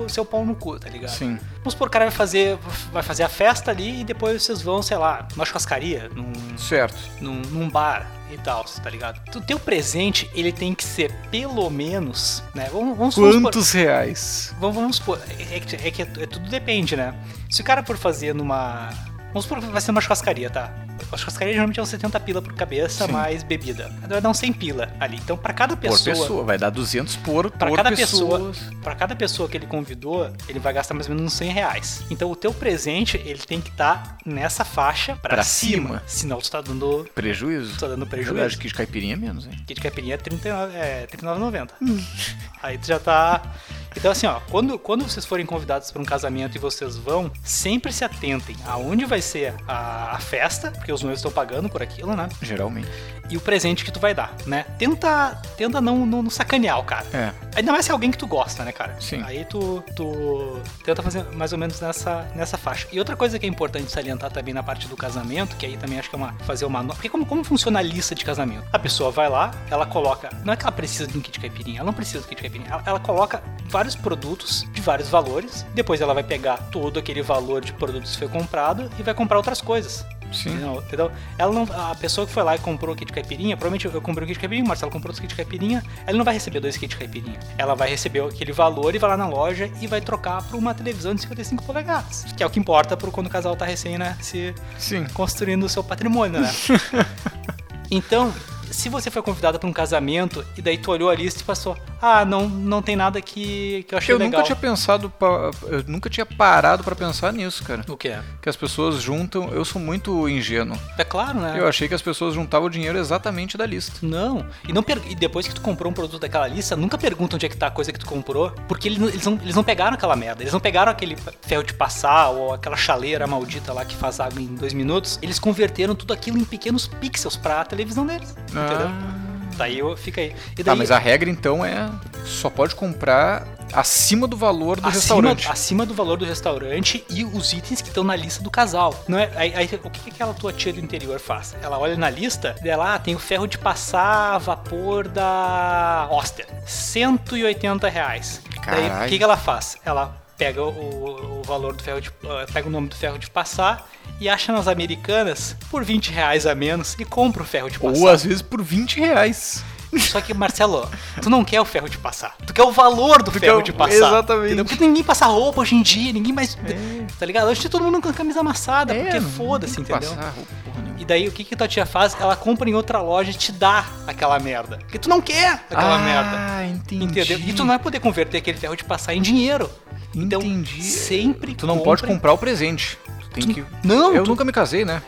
Speaker 1: ser o pau no cu, tá ligado?
Speaker 2: Sim.
Speaker 1: Vamos supor, o cara vai fazer, vai fazer a festa ali e depois vocês vão, sei lá, numa churrascaria, num,
Speaker 2: Certo.
Speaker 1: num, num bar e tal, tá ligado? O teu presente, ele tem que ser pelo menos, né? Vamos, vamos, vamos supor-
Speaker 2: Quantos reais?
Speaker 1: Vamos, vamos supor, é que, é que é, tudo depende, né? Se o cara for fazer numa. Vamos supor que vai ser uma churrascaria, tá? A churrascaria geralmente é uns 70 pila por cabeça,
Speaker 2: Sim.
Speaker 1: mais bebida. Vai dar uns 100 pila ali. Então, pra cada
Speaker 2: Por
Speaker 1: pessoa.
Speaker 2: pessoa, vai dar 200 por,
Speaker 1: Pra
Speaker 2: por
Speaker 1: cada
Speaker 2: pessoa.
Speaker 1: pessoa, pra cada pessoa que ele convidou, ele vai gastar mais ou menos uns 100 reais. Então o teu presente, ele tem que estar nessa faixa pra,
Speaker 2: Pra
Speaker 1: cima.
Speaker 2: cima.
Speaker 1: Senão tu tá dando,
Speaker 2: Prejuízo.
Speaker 1: tu tá dando prejuízo.
Speaker 2: Prejuízo. Verdade que de caipirinha é menos, hein?
Speaker 1: Kit caipirinha é 39, é 39,90.
Speaker 2: Hum.
Speaker 1: Aí tu já tá. Então assim, ó, quando, quando vocês forem convidados para um casamento e vocês vão, sempre se atentem aonde vai ser a, a festa, porque os noivos estão pagando por aquilo, né?
Speaker 2: Geralmente.
Speaker 1: E o presente que tu vai dar, né? Tenta, tenta não, não, não sacanear o cara.
Speaker 2: É.
Speaker 1: Ainda mais se é alguém que tu gosta, né, cara?
Speaker 2: Sim.
Speaker 1: Aí tu, tu tenta fazer mais ou menos nessa, nessa faixa. E outra coisa que é importante salientar também na parte do casamento, que aí também acho que é uma fazer uma nota. Porque como, como funciona a lista de casamento? A pessoa vai lá, ela coloca. Não é que ela precisa de um kit caipirinha, ela não precisa do kit caipirinha. Ela, ela coloca vários produtos de vários valores. Depois ela vai pegar todo aquele valor de produtos que foi comprado e vai comprar outras coisas.
Speaker 2: Sim.
Speaker 1: Entendeu? Entendeu? Ela não, a pessoa que foi lá e comprou o kit caipirinha, provavelmente eu comprei um kit caipirinha, o Marcelo comprou outro kit caipirinha, ela não vai receber dois kit caipirinha. Ela vai receber aquele valor e vai lá na loja e vai trocar por uma televisão de 55 polegadas. Que é o que importa pro quando o casal tá recém, né? Se
Speaker 2: Sim.
Speaker 1: construindo o seu patrimônio,
Speaker 2: [LAUGHS]
Speaker 1: né? então, se você foi convidado para um casamento e daí tu olhou a lista e passou, ah, não, não tem nada que, que eu achei
Speaker 2: Eu
Speaker 1: legal.
Speaker 2: nunca tinha pensado, pa- eu nunca tinha parado pra pensar nisso, cara.
Speaker 1: O que é?
Speaker 2: Que as pessoas juntam, eu sou muito ingênuo.
Speaker 1: É claro, né?
Speaker 2: Eu achei que as pessoas juntavam o dinheiro exatamente da lista.
Speaker 1: Não. E, não per- e depois que tu comprou um produto daquela lista, nunca pergunta onde é que tá a coisa que tu comprou, porque eles, não- eles não, eles não pegaram aquela merda. Eles não pegaram aquele ferro de passar ou aquela chaleira maldita lá que faz água em dois minutos. Eles converteram tudo aquilo em pequenos pixels pra televisão deles.
Speaker 2: Ah.
Speaker 1: Entendeu? Daí eu, fica aí. E daí,
Speaker 2: Tá, mas a regra então é só pode comprar acima do valor do
Speaker 1: acima,
Speaker 2: restaurante.
Speaker 1: acima do valor do restaurante e os itens que estão na lista do casal. Não é, aí, aí, o que, que aquela tua tia do interior faz? Ela olha na lista, ela ah, tem o ferro de passar a vapor da Oster. 180 reais. Daí, o
Speaker 2: Caralho.
Speaker 1: que, que ela faz? Ela pega o, o valor do ferro de, eh, pega o nome do ferro de passar e acha nas americanas por 20 reais a menos e compra o ferro de passar.
Speaker 2: Ou às vezes por 20 reais.
Speaker 1: Só que, Marcelo, tu não quer o ferro de passar. Tu quer o valor do ferro
Speaker 2: quer o-
Speaker 1: de passar.
Speaker 2: exatamente. É.
Speaker 1: entendeu? Porque ninguém passa roupa hoje em dia, ninguém mais. Tá ligado? Hoje tem todo mundo com camisa amassada, É, porque foda-se,
Speaker 2: não tem que
Speaker 1: entendeu?
Speaker 2: passar roupa, porra nenhuma.
Speaker 1: E daí o que, que tua tia faz? Ela compra em outra loja e te dá aquela merda. Porque tu não quer aquela
Speaker 2: ah,
Speaker 1: merda.
Speaker 2: entendi.
Speaker 1: Entendeu? E tu não vai poder converter aquele ferro de passar em dinheiro. Então,
Speaker 2: Entendi.
Speaker 1: sempre
Speaker 2: é- Tu não
Speaker 1: compra-
Speaker 2: pode comprar o presente. Tu tem que.
Speaker 1: Não,
Speaker 2: eu
Speaker 1: tu- é,
Speaker 2: nunca me casei, né?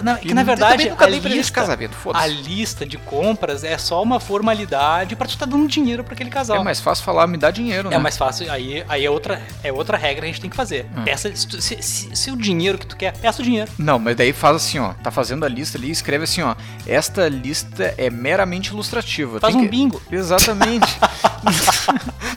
Speaker 1: Na, que
Speaker 2: E
Speaker 1: na
Speaker 2: eu
Speaker 1: verdade
Speaker 2: também nunca
Speaker 1: a
Speaker 2: dei presente de
Speaker 1: lista,
Speaker 2: casamento, foda-se.
Speaker 1: a lista de compras é só uma formalidade pra tu tá dando dinheiro pra aquele casal.
Speaker 2: É mais fácil falar, me dá dinheiro, né?
Speaker 1: É mais fácil, aí, aí é, outra, é outra regra que a gente tem que fazer.
Speaker 2: Hum.
Speaker 1: Peça, se, tu- se- se- se o dinheiro que tu quer, peça o dinheiro.
Speaker 2: Não, mas daí faz assim, ó. Tá fazendo a lista ali e escreve assim, ó. Esta lista é meramente ilustrativa.
Speaker 1: Faz
Speaker 2: Tem
Speaker 1: um bingo. [LAUGHS]
Speaker 2: Exatamente.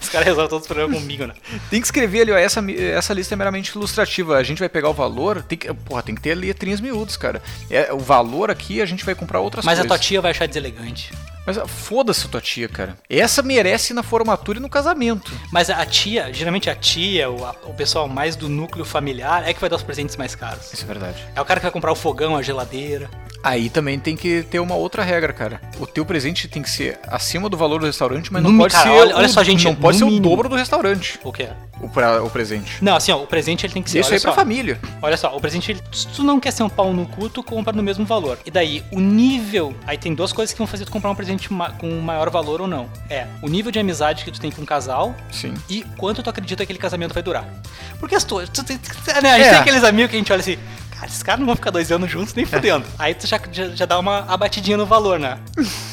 Speaker 1: Os caras resolvem todos os problemas comigo, né?
Speaker 2: tem que escrever ali, ó. Essa, mi- essa lista é meramente ilustrativa. A gente vai pegar o valor. Tem que, porra, tem que ter letrinhas miúdas, cara. É, o valor aqui a gente vai comprar outras
Speaker 1: Mas a
Speaker 2: coisas.
Speaker 1: tua tia vai achar deselegante.
Speaker 2: Mas ah, foda-se a tua tia, cara. Essa merece na formatura e no casamento.
Speaker 1: Mas a tia, geralmente a tia, o, a- o pessoal mais do núcleo familiar, é que vai dar os presentes mais caros.
Speaker 2: Isso é verdade.
Speaker 1: É o cara que vai comprar o fogão, a geladeira.
Speaker 2: Aí também tem que ter uma outra regra, cara. O teu presente tem que ser acima do valor do restaurante, mas
Speaker 1: No
Speaker 2: não
Speaker 1: mi-
Speaker 2: pode
Speaker 1: cara,
Speaker 2: ser.
Speaker 1: olha-
Speaker 2: o-
Speaker 1: olha só, gente,
Speaker 2: Não
Speaker 1: no
Speaker 2: pode ser o
Speaker 1: mínimo.
Speaker 2: dobro do restaurante.
Speaker 1: O que é?
Speaker 2: O, pra, o presente.
Speaker 1: Não, assim, ó, o presente ele tem que ser.
Speaker 2: Isso
Speaker 1: olha
Speaker 2: aí é pra
Speaker 1: só.
Speaker 2: família.
Speaker 1: Olha só, o presente, ele- se tu não quer ser um pau no cu, tu compra no mesmo valor. E daí, o nível. Aí tem duas coisas que vão fazer tu comprar um presente ma- com maior valor ou não. É o nível de amizade que tu tem com o casal
Speaker 2: Sim.
Speaker 1: e quanto tu acredita que aquele casamento vai durar. Porque as tuas. tu tem- né, a gente
Speaker 2: É.
Speaker 1: tem aqueles amigos que a gente olha assim. Cara, esses caras não vão ficar dois anos juntos nem fudendo. Aí tu já, já, já dá uma abatidinha no valor,
Speaker 2: [LAUGHS]
Speaker 1: né?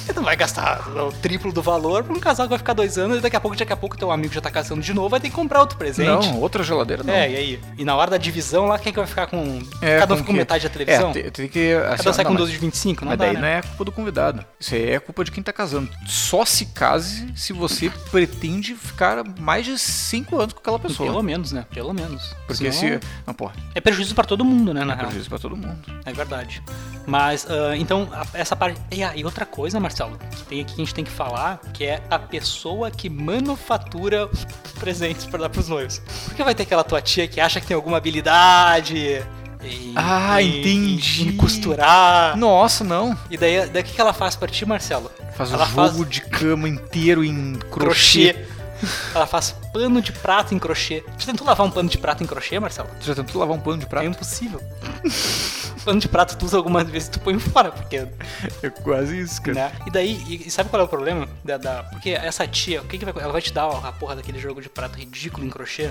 Speaker 1: Tu não vai gastar o triplo do valor pra um casal que vai ficar dois anos e daqui a pouco, daqui a pouco, teu amigo já tá casando de novo, vai ter que comprar outro presente.
Speaker 2: Não, outra geladeira não.
Speaker 1: É, e aí? E na hora da divisão lá, quem é que vai ficar com.
Speaker 2: É,
Speaker 1: Cada um fica com
Speaker 2: que-
Speaker 1: metade da televisão?
Speaker 2: É, tem, tem que. assim,
Speaker 1: Cada um sai
Speaker 2: não,
Speaker 1: com
Speaker 2: mas-
Speaker 1: 12 de 25, não
Speaker 2: Mas
Speaker 1: dá,
Speaker 2: daí
Speaker 1: né?
Speaker 2: não é culpa do convidado. Isso aí é culpa de quem tá casando. Só se case se você pretende ficar mais de 5 anos com aquela
Speaker 1: Pelo
Speaker 2: pessoa.
Speaker 1: menos, né? Pelo menos.
Speaker 2: Porque
Speaker 1: Senão,
Speaker 2: se. Não, pô, é
Speaker 1: É prejuízo pra todo mundo, né, na real.
Speaker 2: prejuízo pra todo mundo.
Speaker 1: É verdade. Mas, ah, então, a- essa parte. E, ah, e outra coisa, Marcelo, que tem aqui que a gente tem que falar, que é a pessoa que manufatura os presentes pra dar pros noivos. Porque vai ter aquela tua tia que acha que tem alguma habilidade. Em,
Speaker 2: Ah,
Speaker 1: em-
Speaker 2: entendi.
Speaker 1: Em costurar.
Speaker 2: Ah. Nossa, não.
Speaker 1: E daí, daí o que que ela faz pra ti, Marcelo?
Speaker 2: Faz
Speaker 1: ela
Speaker 2: o jogo de cama inteiro em crochê.
Speaker 1: crochê. Ela faz pano de prato em crochê. Você tentou lavar um pano de prato em crochê, Marcelo?
Speaker 2: Tu já tentou lavar um pano de
Speaker 1: É
Speaker 2: prato?
Speaker 1: impossível. [LAUGHS] pano de prato tu usa algumas vezes tu põe fora, porque.
Speaker 2: É quase isso,
Speaker 1: Né? E daí, e- e sabe qual é o problema? Da, da- porque essa tia, o que, que vai. Ela vai te dar a porra daquele jogo de prato ridículo em crochê.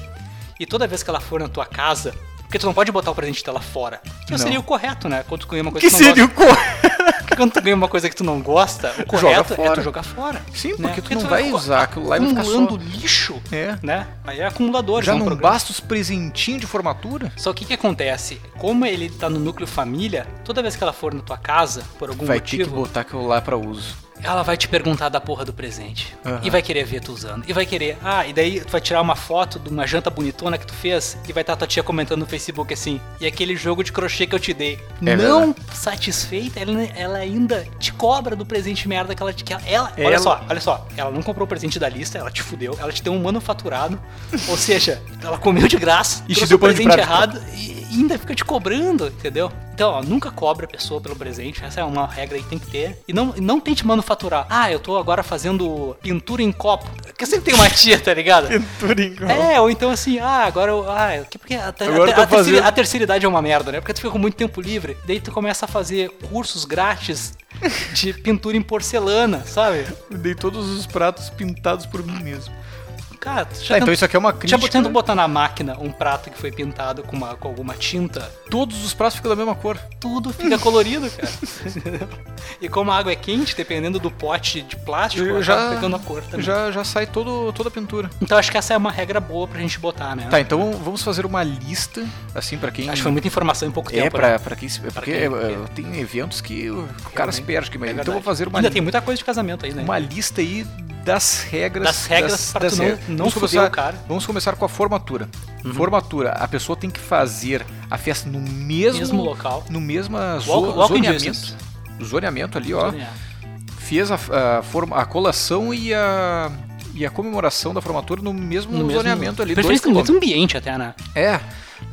Speaker 1: E toda vez que ela for na tua casa. Porque tu não pode botar o presente dela fora. Que
Speaker 2: Não.
Speaker 1: seria o correto, né? Quando tu ganha uma coisa
Speaker 2: Que
Speaker 1: que, tu não
Speaker 2: seria o correto?
Speaker 1: gosta. Quando tu ganha uma coisa que tu não gosta, o correto é tu
Speaker 2: fora.
Speaker 1: jogar fora.
Speaker 2: [LAUGHS] Sim,
Speaker 1: né?
Speaker 2: porque tu não vai usar aquilo lá e vai ficar só.
Speaker 1: acumulando lixo
Speaker 2: É.
Speaker 1: né? Aí é acumulador,
Speaker 2: Já
Speaker 1: é um
Speaker 2: não
Speaker 1: programa.
Speaker 2: basta os presentinhos de formatura?
Speaker 1: Só que o que acontece? Como ele tá no núcleo família, toda vez que ela for na tua casa, por algum
Speaker 2: Vai ter que
Speaker 1: motivo,
Speaker 2: botar aquilo lá pra [LAUGHS] uso.
Speaker 1: ela vai te perguntar da porra do presente.
Speaker 2: Aham.
Speaker 1: E vai querer ver tu usando. E vai querer. Ah, e daí tu vai tirar uma foto de uma janta bonitona que tu fez e vai estar tua tia comentando no Facebook assim. E aquele jogo de crochê que eu te dei.
Speaker 2: É
Speaker 1: não satisfeita, ela, ela ainda te cobra do presente merda que ela te quer. Ela, olha
Speaker 2: Ela-
Speaker 1: só, olha só. Ela não comprou o presente da lista, ela te fudeu. Ela te deu um manufaturado. [LAUGHS] ou seja, ela comeu de graça
Speaker 2: E te
Speaker 1: trouxe
Speaker 2: deu
Speaker 1: o
Speaker 2: pano de
Speaker 1: presente
Speaker 2: prato.
Speaker 1: errado e e ainda fica te cobrando, entendeu? Então, ó, nunca cobre a pessoa pelo presente, essa é uma regra que tem que ter. E não, e não tente manufaturar. Ah, eu tô agora fazendo pintura em copo. Porque sempre tem uma tia, tá
Speaker 2: [LAUGHS]
Speaker 1: ligado?
Speaker 2: Pintura em cola.
Speaker 1: É, ou então assim, ah, agora eu. Ah, eu- que- porque a, a-
Speaker 2: Agora eu
Speaker 1: a-
Speaker 2: tô
Speaker 1: a terceira,
Speaker 2: fazendo-
Speaker 1: a terceira idade é uma merda, né? Porque tu fica com muito tempo livre, daí tu começa a fazer cursos grátis de pintura em porcelana, sabe?
Speaker 2: É. Dei todos os pratos pintados por mim mesmo.
Speaker 1: Cara, tu já
Speaker 2: Tá, então
Speaker 1: tentou-
Speaker 2: isso aqui é uma
Speaker 1: já
Speaker 2: crítica.
Speaker 1: tenta botar na máquina um prato que foi pintado com, uma, com alguma tinta,
Speaker 2: Todos os pratos ficam da mesma cor.
Speaker 1: tudo
Speaker 2: [LAUGHS]
Speaker 1: fica colorido, cara. e como a água é quente, dependendo do pote de plástico, ela
Speaker 2: já,
Speaker 1: acaba pegando a cor também.
Speaker 2: já, já sai todo, toda a pintura.
Speaker 1: Então acho que essa é uma regra boa pra gente botar, né?
Speaker 2: Tá, então vamos fazer uma lista, assim, pra quem.
Speaker 1: Acho que foi muita informação em pouco
Speaker 2: É,
Speaker 1: tempo. né?
Speaker 2: pra, pra quem se. é Porque
Speaker 1: quem-
Speaker 2: é, tem eventos que o o cara se
Speaker 1: Realmente,
Speaker 2: perde, mas
Speaker 1: é
Speaker 2: então eu vou
Speaker 1: verdade.
Speaker 2: fazer uma,
Speaker 1: Ainda tem muita coisa de casamento aí, né?
Speaker 2: uma lista aí das regras.
Speaker 1: Das regras pra tu não-
Speaker 2: regras.
Speaker 1: não
Speaker 2: vamos
Speaker 1: fuder
Speaker 2: começar,
Speaker 1: o cara. Uhum.
Speaker 2: Vamos começar com a formatura. Formatura, a pessoa tem que fazer a festa no mesmo,
Speaker 1: Mesmo local.
Speaker 2: No mesmo zo,
Speaker 1: Walk- walking
Speaker 2: zoneamento.
Speaker 1: distance.
Speaker 2: Zoneamento ali, ó.
Speaker 1: É.
Speaker 2: Fez a, a, forma- a colação e a. E a comemoração da formatura no mesmo
Speaker 1: no mesmo
Speaker 2: Um zoneamento ali. dois
Speaker 1: Preferência no
Speaker 2: quilômetros.
Speaker 1: mesmo ambiente até, né?
Speaker 2: É.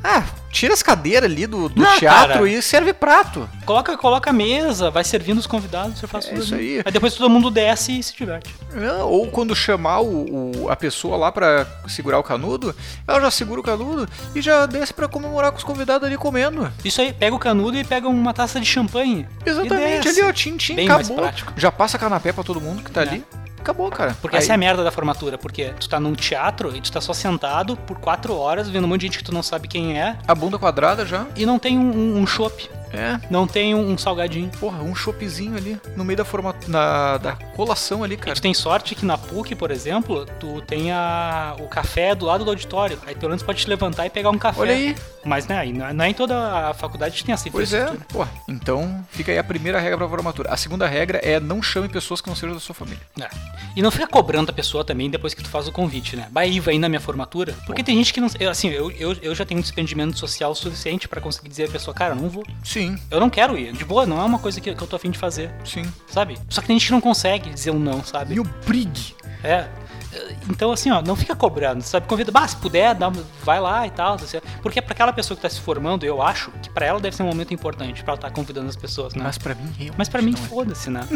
Speaker 2: Ah, tira as cadeiras ali do, do
Speaker 1: Não,
Speaker 2: teatro
Speaker 1: cara.
Speaker 2: e serve prato.
Speaker 1: Coloca, coloca a mesa, vai servindo os convidados, você faz
Speaker 2: É
Speaker 1: tudo
Speaker 2: isso
Speaker 1: ali.
Speaker 2: aí.
Speaker 1: Aí depois todo mundo desce e se diverte.
Speaker 2: Ah, Ou quando chamar o, o- a pessoa lá pra segurar o canudo, ela já segura o canudo e já desce pra comemorar com os convidados ali comendo.
Speaker 1: Isso aí, pega o canudo e pega uma taça de champanhe. E
Speaker 2: Exatamente,
Speaker 1: desce.
Speaker 2: ali ó, tim, tim,
Speaker 1: Bem mais
Speaker 2: acabou.
Speaker 1: prático.
Speaker 2: Já passa canapé pra todo mundo que tá
Speaker 1: É.
Speaker 2: ali. Acabou, cara.
Speaker 1: Porque
Speaker 2: Aí-
Speaker 1: essa é a merda da formatura, porque tu tá num teatro e tu tá só sentado por quatro horas vendo um monte de gente que tu não sabe quem é
Speaker 2: a bunda quadrada já.
Speaker 1: e não tem um, um, um chopp,
Speaker 2: É.
Speaker 1: não tem um, um salgadinho.
Speaker 2: Porra, um choppzinho ali no meio da forma na- da colação ali,
Speaker 1: E
Speaker 2: cara.
Speaker 1: tu tem sorte que na PUC, por exemplo, tu tem a, o café do lado do auditório. Aí pelo menos pode te levantar e pegar um café.
Speaker 2: Olha aí.
Speaker 1: Mas né, aí não é- não é em toda a faculdade que tem essa
Speaker 2: Pois é, pô. Então fica aí a primeira regra pra formatura. A segunda regra é não chame pessoas que não sejam da sua família.
Speaker 1: É. E não fica cobrando a pessoa também depois que tu faz o convite, né? Bahia vai ir na minha formatura. Porque tem gente que não. eu, Assim, eu, eu, eu já tenho um despendimento social suficiente pra conseguir dizer à pessoa, cara, eu não vou.
Speaker 2: Sim,
Speaker 1: Eu não quero ir. De boa, não é uma coisa que, que eu tô afim de fazer,
Speaker 2: sim.
Speaker 1: sabe? Só que tem gente que não consegue dizer um não, sabe?
Speaker 2: E o brigue.
Speaker 1: É. Então, assim, ó, não fica cobrando, sabe? Convida, bah, se puder, dá, uma- vai lá e tal. assim. Porque pra aquela pessoa que tá se formando, eu acho que pra ela deve ser um momento importante pra ela estar convidando as pessoas, né?
Speaker 2: Mas pra mim, realmente
Speaker 1: Mas pra mim,
Speaker 2: não é.
Speaker 1: foda-se, né?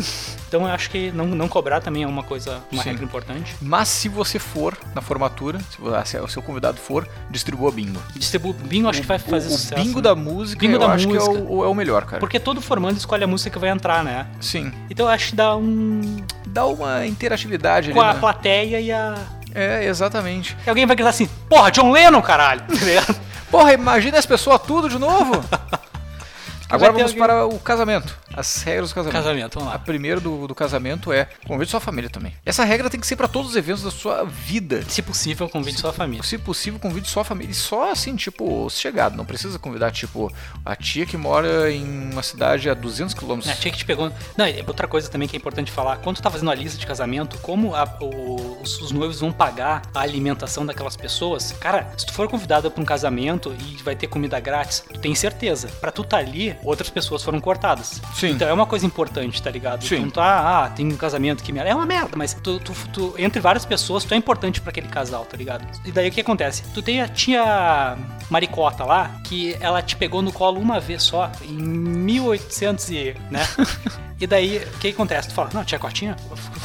Speaker 1: Então eu acho que não, não cobrar também é uma coisa, uma
Speaker 2: Sim.
Speaker 1: regra importante.
Speaker 2: Mas se você for na formatura, se vo- ah, se o seu convidado for, distribua bingo.
Speaker 1: Distribuir bingo acho que vai fazer
Speaker 2: o,
Speaker 1: sucesso.
Speaker 2: o bingo
Speaker 1: né?
Speaker 2: da música,
Speaker 1: Bingo
Speaker 2: eu
Speaker 1: da
Speaker 2: acho que é
Speaker 1: música.
Speaker 2: o, é o melhor, cara.
Speaker 1: Porque todo formando escolhe a música que vai entrar, né?
Speaker 2: Sim.
Speaker 1: Então eu acho que dá um.
Speaker 2: Dá uma interatividade ali,
Speaker 1: com a
Speaker 2: né?
Speaker 1: plateia e a.
Speaker 2: É, exatamente.
Speaker 1: E alguém vai gritar assim: Porra, John Lennon, caralho! Tá ligado?
Speaker 2: Porra, imagina as pessoas tudo de
Speaker 1: [LAUGHS]
Speaker 2: novo.
Speaker 1: Vai
Speaker 2: Agora
Speaker 1: ter
Speaker 2: vamos
Speaker 1: alguém-
Speaker 2: para o casamento. As regras do casamento.
Speaker 1: [LAUGHS] Casamento, vamos
Speaker 2: A
Speaker 1: lá.
Speaker 2: primeira do, do casamento é convide sua família também. Essa regra tem que ser pra todos os eventos da sua vida.
Speaker 1: Se possível, convide sua família.
Speaker 2: Se possível, convide só a família. E só assim, tipo, os chegados. Não precisa convidar, tipo, a tia que mora em uma cidade a 200
Speaker 1: É,
Speaker 2: quilômetros.
Speaker 1: tinha que te pegou. Não, e outra coisa também que é importante falar: quando tu tá fazendo a lista de casamento, como a- o- os, os noivos vão pagar a alimentação daquelas pessoas, cara, se tu for convidado pra um casamento e vai ter comida grátis, tu tem certeza. Pra tu tá ali, outras pessoas foram cortadas.
Speaker 2: Sim.
Speaker 1: Então é uma coisa importante, tá ligado?
Speaker 2: Sim.
Speaker 1: Então tu, ah, ah, tem um casamento que merda. É uma merda, mas tu, tu- tu- entre várias pessoas, tu é importante pra aquele casal, tá ligado? E daí o que acontece? Tu tem a tia Maricota lá, que ela te pegou no colo uma vez só, em 1800 e... né? E daí, o que acontece? Tu fala, não, tia Cotinha,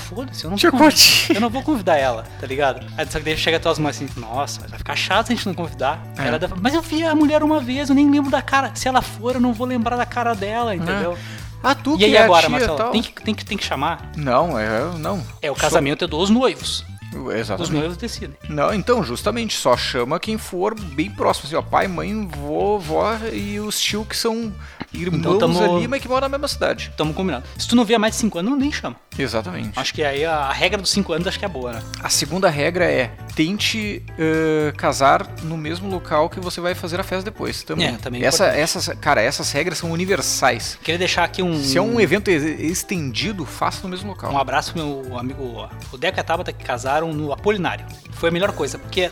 Speaker 1: foda-se, eu não
Speaker 2: Tia
Speaker 1: vou convidar-
Speaker 2: Cotinha.
Speaker 1: Eu não vou convidar ela, tá ligado? Aí só que daí chega tuas mães assim, nossa, vai ficar chato se a gente não convidar.
Speaker 2: É.
Speaker 1: Ela deve- mas eu vi a mulher uma vez, eu nem lembro da cara. Se ela for, eu não vou lembrar da cara dela, entendeu?
Speaker 2: Ah, tu
Speaker 1: E
Speaker 2: que
Speaker 1: aí
Speaker 2: é a
Speaker 1: agora,
Speaker 2: tia
Speaker 1: Marcelo,
Speaker 2: tal.
Speaker 1: tem, que, tem, que, tem que chamar?
Speaker 2: Não, é, não.
Speaker 1: É o casamento é dos noivos.
Speaker 2: Só-
Speaker 1: Os
Speaker 2: Exatamente.
Speaker 1: noivos decidem.
Speaker 2: Não, então, justamente, só chama quem for bem próximo. Assim, ó, pai, mãe, vovó e os tio que são irmãos
Speaker 1: Então tamo-
Speaker 2: ali, mas que moram na mesma cidade.
Speaker 1: Tamo combinado. Se tu não vier mais de 5 anos, não nem chama.
Speaker 2: Exatamente.
Speaker 1: Acho que aí a, a regra dos 5 anos acho que é boa, né?
Speaker 2: A segunda regra é tente eh, casar no mesmo local que você vai fazer a festa depois. Também.
Speaker 1: É, também é
Speaker 2: Essa,
Speaker 1: importante.
Speaker 2: essas, cara, essas regras são universais.
Speaker 1: Queria deixar aqui um.
Speaker 2: Se é um evento ex- estendido, faça no mesmo local.
Speaker 1: Um abraço pro meu amigo o Deco e a Tabata que casaram no Apolinário. Foi a melhor coisa, porque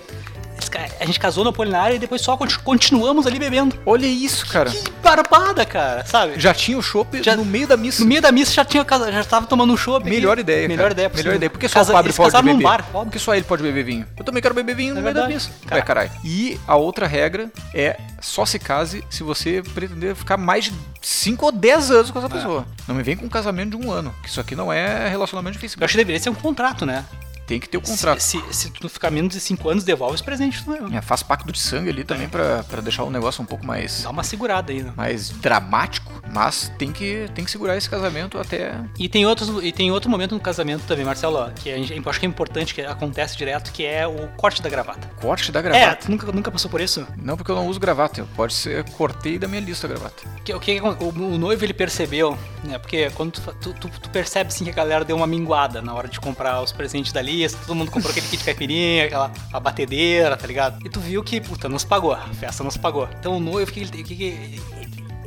Speaker 1: esse ca- a gente casou no Apolinário e depois só conti- continuamos ali bebendo.
Speaker 2: Olha isso, cara.
Speaker 1: Que barbada, cara, sabe?
Speaker 2: Já tinha o chopp
Speaker 1: Já-
Speaker 2: no meio da missa.
Speaker 1: No meio da missa já tinha casa- já tava tomando um chopp. aqui.
Speaker 2: Melhor ideia.
Speaker 1: Melhor
Speaker 2: cara.
Speaker 1: ideia,
Speaker 2: Melhor ideia. Porque só
Speaker 1: Casa-
Speaker 2: o padre
Speaker 1: eles
Speaker 2: pode
Speaker 1: casaram
Speaker 2: beber.
Speaker 1: num bar, óbvio.
Speaker 2: Porque só ele pode beber vinho. Eu também quero beber vinho no
Speaker 1: É
Speaker 2: meio da
Speaker 1: verdade.
Speaker 2: missa.
Speaker 1: Cara.
Speaker 2: Ué, caralho. E a outra regra é só se case se você pretender ficar mais de 5 ou 10 anos com essa pessoa. Não me vem com um casamento de um ano. Que isso aqui não é relacionamento de
Speaker 1: Eu
Speaker 2: Facebook.
Speaker 1: acho que deveria ser um contrato, né?
Speaker 2: Tem que ter o
Speaker 1: Se,
Speaker 2: contrato.
Speaker 1: se, se tu ficar menos de 5 anos, devolve os presentes do meu.
Speaker 2: É, faz pacto de sangue ali também pra, pra deixar o negócio um pouco mais,
Speaker 1: Dá uma segurada aí, né?
Speaker 2: mais dramático, mas tem que, tem que segurar esse casamento até.
Speaker 1: E tem, outros, e tem outro momento no casamento também, Marcelo, ó, que a gente, acho que é importante, que acontece direto, que é o corte da gravata.
Speaker 2: Corte da
Speaker 1: É,
Speaker 2: gravata.
Speaker 1: tu nunca, nunca passou por isso?
Speaker 2: Não porque eu não uso gravata, eu pode ser cortei da minha lista a gravata.
Speaker 1: Que- o, que, o, o noivo ele percebeu, né? Porque quando tu, fa- tu, tu, tu percebe assim que a galera deu uma minguada na hora de comprar os presentes da lista, todo mundo comprou aquele kit caipirinha, aquela a batedeira, tá ligado? E tu viu que, puta, não se pagou, a festa não se pagou. Então o noivo, o que ele tem que. que- ele-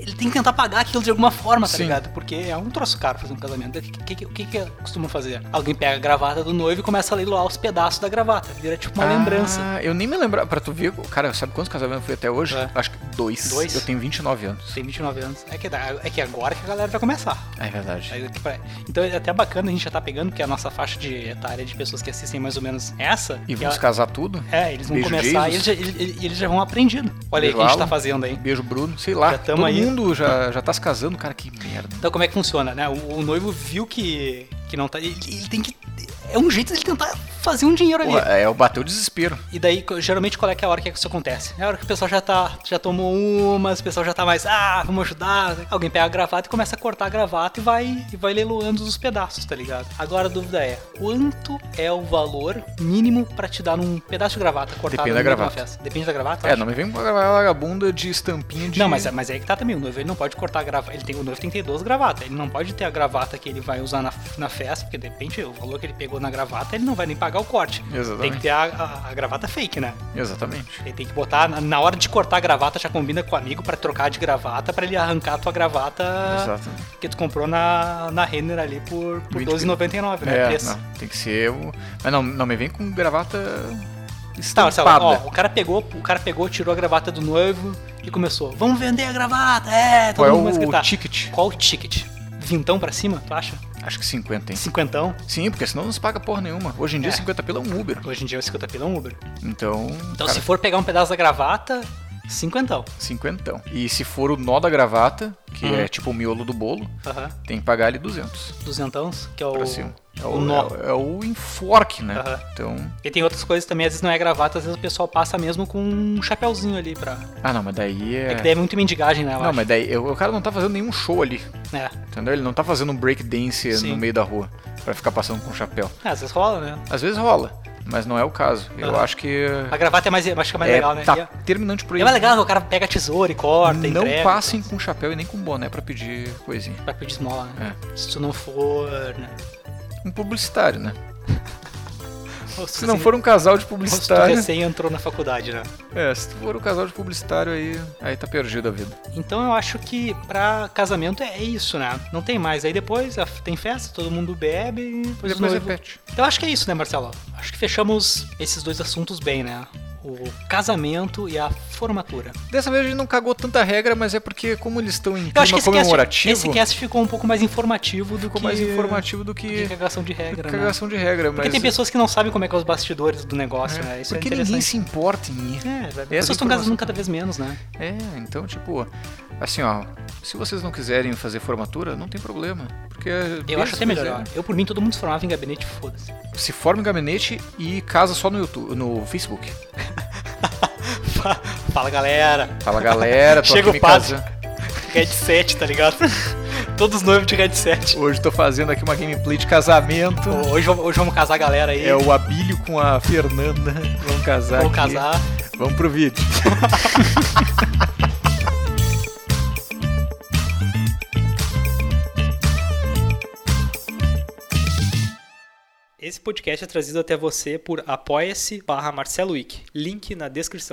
Speaker 1: ele tem que tentar pagar aquilo de alguma forma, tá
Speaker 2: Sim.
Speaker 1: ligado? Porque é um troço caro fazer um casamento. O que, que, que, o que, que costumam fazer? Alguém pega a gravata do noivo e começa a leiloar os pedaços da gravata. Vira tipo uma lembrança.
Speaker 2: Ah, eu nem me lembrava. Pra tu ver, cara, sabe quantos casamentos eu fui até hoje?
Speaker 1: É.
Speaker 2: Acho que dois.
Speaker 1: Dois?
Speaker 2: Eu tenho 29 anos.
Speaker 1: Tem 29 anos. É que, dá- é que agora que a galera vai começar.
Speaker 2: É verdade.
Speaker 1: Aí, tipo, é- Então é até bacana a gente já tá pegando, porque a nossa faixa de etária de pessoas que assistem é mais ou menos essa.
Speaker 2: E
Speaker 1: que
Speaker 2: vamos
Speaker 1: ela-
Speaker 2: casar tudo?
Speaker 1: É, eles vão
Speaker 2: Beijo,
Speaker 1: começar e eles,
Speaker 2: Jesus.
Speaker 1: já, ele- ele- eles já vão aprendendo. Olha aí o
Speaker 2: Beijo,
Speaker 1: que a gente tá
Speaker 2: Alan.
Speaker 1: fazendo aí.
Speaker 2: Beijo, Bruno. Sei lá.
Speaker 1: Já tamo
Speaker 2: todo
Speaker 1: aí.
Speaker 2: mundo já, já tá se casando, cara. Que merda.
Speaker 1: Então como é que funciona, né? O, o noivo viu que, que não tá. Ele, ele tem que. É um jeito dele tentar fazer um dinheiro ali.
Speaker 2: Porra, é, eu bateu o desespero.
Speaker 1: E daí, co- geralmente, qual é que é a hora que isso acontece? É a hora que o pessoal já tá. Já tomou umas, o pessoal já tá mais. Ah, vamos ajudar. Alguém pega a gravata e começa a cortar a gravata e vai, e vai leiloando os pedaços, tá ligado? Agora a dúvida é: quanto é o valor mínimo pra te dar um pedaço de gravata cortado
Speaker 2: Depende
Speaker 1: no
Speaker 2: da
Speaker 1: meio de uma
Speaker 2: gravata.
Speaker 1: festa? Depende da gravata?
Speaker 2: É,
Speaker 1: acho.
Speaker 2: não me vem com a vagabunda de estampinha de.
Speaker 1: Não, mas, é- mas é aí que tá também. O noivo ele não pode cortar a gravata. Ele tem, o noivo tem que ter duas gravatas. Ele não pode ter a gravata que ele vai usar na, na festa, porque de repente o valor que ele pegou na gravata, ele não vai nem pagar o corte.
Speaker 2: Exatamente.
Speaker 1: Tem que ter a- a- a gravata fake, né?
Speaker 2: Exatamente.
Speaker 1: Ele tem que botar, na- na hora de cortar a gravata, já combina com o amigo pra trocar de gravata, pra ele arrancar a tua gravata
Speaker 2: Exato.
Speaker 1: que tu comprou na, na Renner ali por, por
Speaker 2: 20
Speaker 1: 12,99, né?
Speaker 2: É,
Speaker 1: Preço.
Speaker 2: não, tem que ser. O... Mas não, não me vem com gravata
Speaker 1: Tá,
Speaker 2: estampada.
Speaker 1: Marcelo, ó, o cara pegou, o cara pegou, tirou a gravata do noivo e começou, vamos vender a gravata, é, todo
Speaker 2: Qual é
Speaker 1: mundo começa a
Speaker 2: o
Speaker 1: gritar.
Speaker 2: ticket?
Speaker 1: Qual o ticket? Vintão pra cima, tu acha?
Speaker 2: Acho que 50, hein?
Speaker 1: Cinquentão?
Speaker 2: Sim, porque senão não se paga porra nenhuma. Hoje em dia,
Speaker 1: É.
Speaker 2: 50 pila é um Uber.
Speaker 1: Hoje em dia é 50 pila um Uber.
Speaker 2: Então,
Speaker 1: Então
Speaker 2: cara,
Speaker 1: se for pegar um pedaço da gravata, cinquentão.
Speaker 2: 50. E se for o nó da gravata, que
Speaker 1: Uhum.
Speaker 2: é tipo o miolo do bolo,
Speaker 1: Aham.
Speaker 2: tem que pagar ali 200
Speaker 1: Duzentão, que é o...
Speaker 2: pra cima. É o,
Speaker 1: o nó.
Speaker 2: É, o- é o enforque, né?
Speaker 1: Aham.
Speaker 2: Então.
Speaker 1: E tem outras coisas também, às vezes não é gravata, às vezes o pessoal passa mesmo com um chapéuzinho ali pra.
Speaker 2: Ah, não, mas daí é.
Speaker 1: É, que daí é muito mendigagem, né? Eu
Speaker 2: Não,
Speaker 1: acho.
Speaker 2: mas daí eu- o cara não tá fazendo nenhum show ali,
Speaker 1: É.
Speaker 2: entendeu? Ele não tá fazendo um breakdance
Speaker 1: Sim.
Speaker 2: no meio da rua pra ficar passando com chapéu.
Speaker 1: Ah, às vezes rola, né?
Speaker 2: Às vezes rola, mas não é o caso. Eu
Speaker 1: Aham.
Speaker 2: acho que
Speaker 1: A gravata é mais, acho que é mais
Speaker 2: é,
Speaker 1: legal, né?
Speaker 2: tá
Speaker 1: E é-
Speaker 2: terminante
Speaker 1: E é
Speaker 2: proibido.
Speaker 1: mais legal que o cara pega a tesoura e corta,
Speaker 2: não
Speaker 1: entrega,
Speaker 2: passem com chapéu e nem com boné pra pedir coisinha.
Speaker 1: Pra pedir esmola, né?
Speaker 2: É.
Speaker 1: Se tu não for. Né?
Speaker 2: Um publicitário, né?
Speaker 1: Ou
Speaker 2: Se não for um casal de
Speaker 1: ou se tu
Speaker 2: publicitário.
Speaker 1: recém entrou na faculdade, né?
Speaker 2: É, se tu for um casal de publicitário aí, aí tá perdido a vida.
Speaker 1: Então eu acho que pra casamento é isso, né? Não tem mais. Aí depois a- tem festa, todo mundo bebe e depois,
Speaker 2: Depois
Speaker 1: noivo-
Speaker 2: repete.
Speaker 1: Então acho que é isso, né, Marcelo? Acho que fechamos esses dois assuntos bem, né? O casamento e a formatura.
Speaker 2: Dessa vez a gente não cagou tanta regra, mas é porque como eles estão em
Speaker 1: Eu acho que
Speaker 2: clima
Speaker 1: esse cast,
Speaker 2: comemorativo,
Speaker 1: esse cast ficou um pouco mais informativo do
Speaker 2: ficou
Speaker 1: que
Speaker 2: mais informativo do que
Speaker 1: de cagação de regra, né?
Speaker 2: cagação de regra, mas
Speaker 1: Porque tem pessoas que não sabem como é que é os bastidores do negócio, né? Isso
Speaker 2: porque
Speaker 1: é
Speaker 2: ninguém
Speaker 1: interessante.
Speaker 2: se importa em ir.
Speaker 1: É, as pessoas estão
Speaker 2: informação.
Speaker 1: casando cada vez menos, né?
Speaker 2: É, então, tipo, assim, ó, se vocês não quiserem fazer formatura, não tem problema. Porque é
Speaker 1: Eu acho até melhor. ó. Eu, por mim, todo mundo se formava em gabinete, foda-se.
Speaker 2: né?
Speaker 1: [LAUGHS]
Speaker 2: Se forma em gabinete e casa só no YouTube, no Facebook.
Speaker 1: Fala, galera. [LAUGHS]
Speaker 2: Fala galera, tô
Speaker 1: Chega
Speaker 2: aqui
Speaker 1: o
Speaker 2: me
Speaker 1: padre.
Speaker 2: casando.
Speaker 1: Red 7, tá ligado? [LAUGHS] Todos noivos de Red 7.
Speaker 2: Hoje tô fazendo aqui uma gameplay de casamento.
Speaker 1: Hoje, vamos- hoje vamos casar a galera aí.
Speaker 2: Hum. É o Abílio com a Fernanda. Vamos casar
Speaker 1: Vamos
Speaker 2: aqui.
Speaker 1: casar.
Speaker 2: Vamos pro vídeo.
Speaker 1: Esse podcast é trazido até você por apoia-se barra Marcelo Wick. Link na descrição.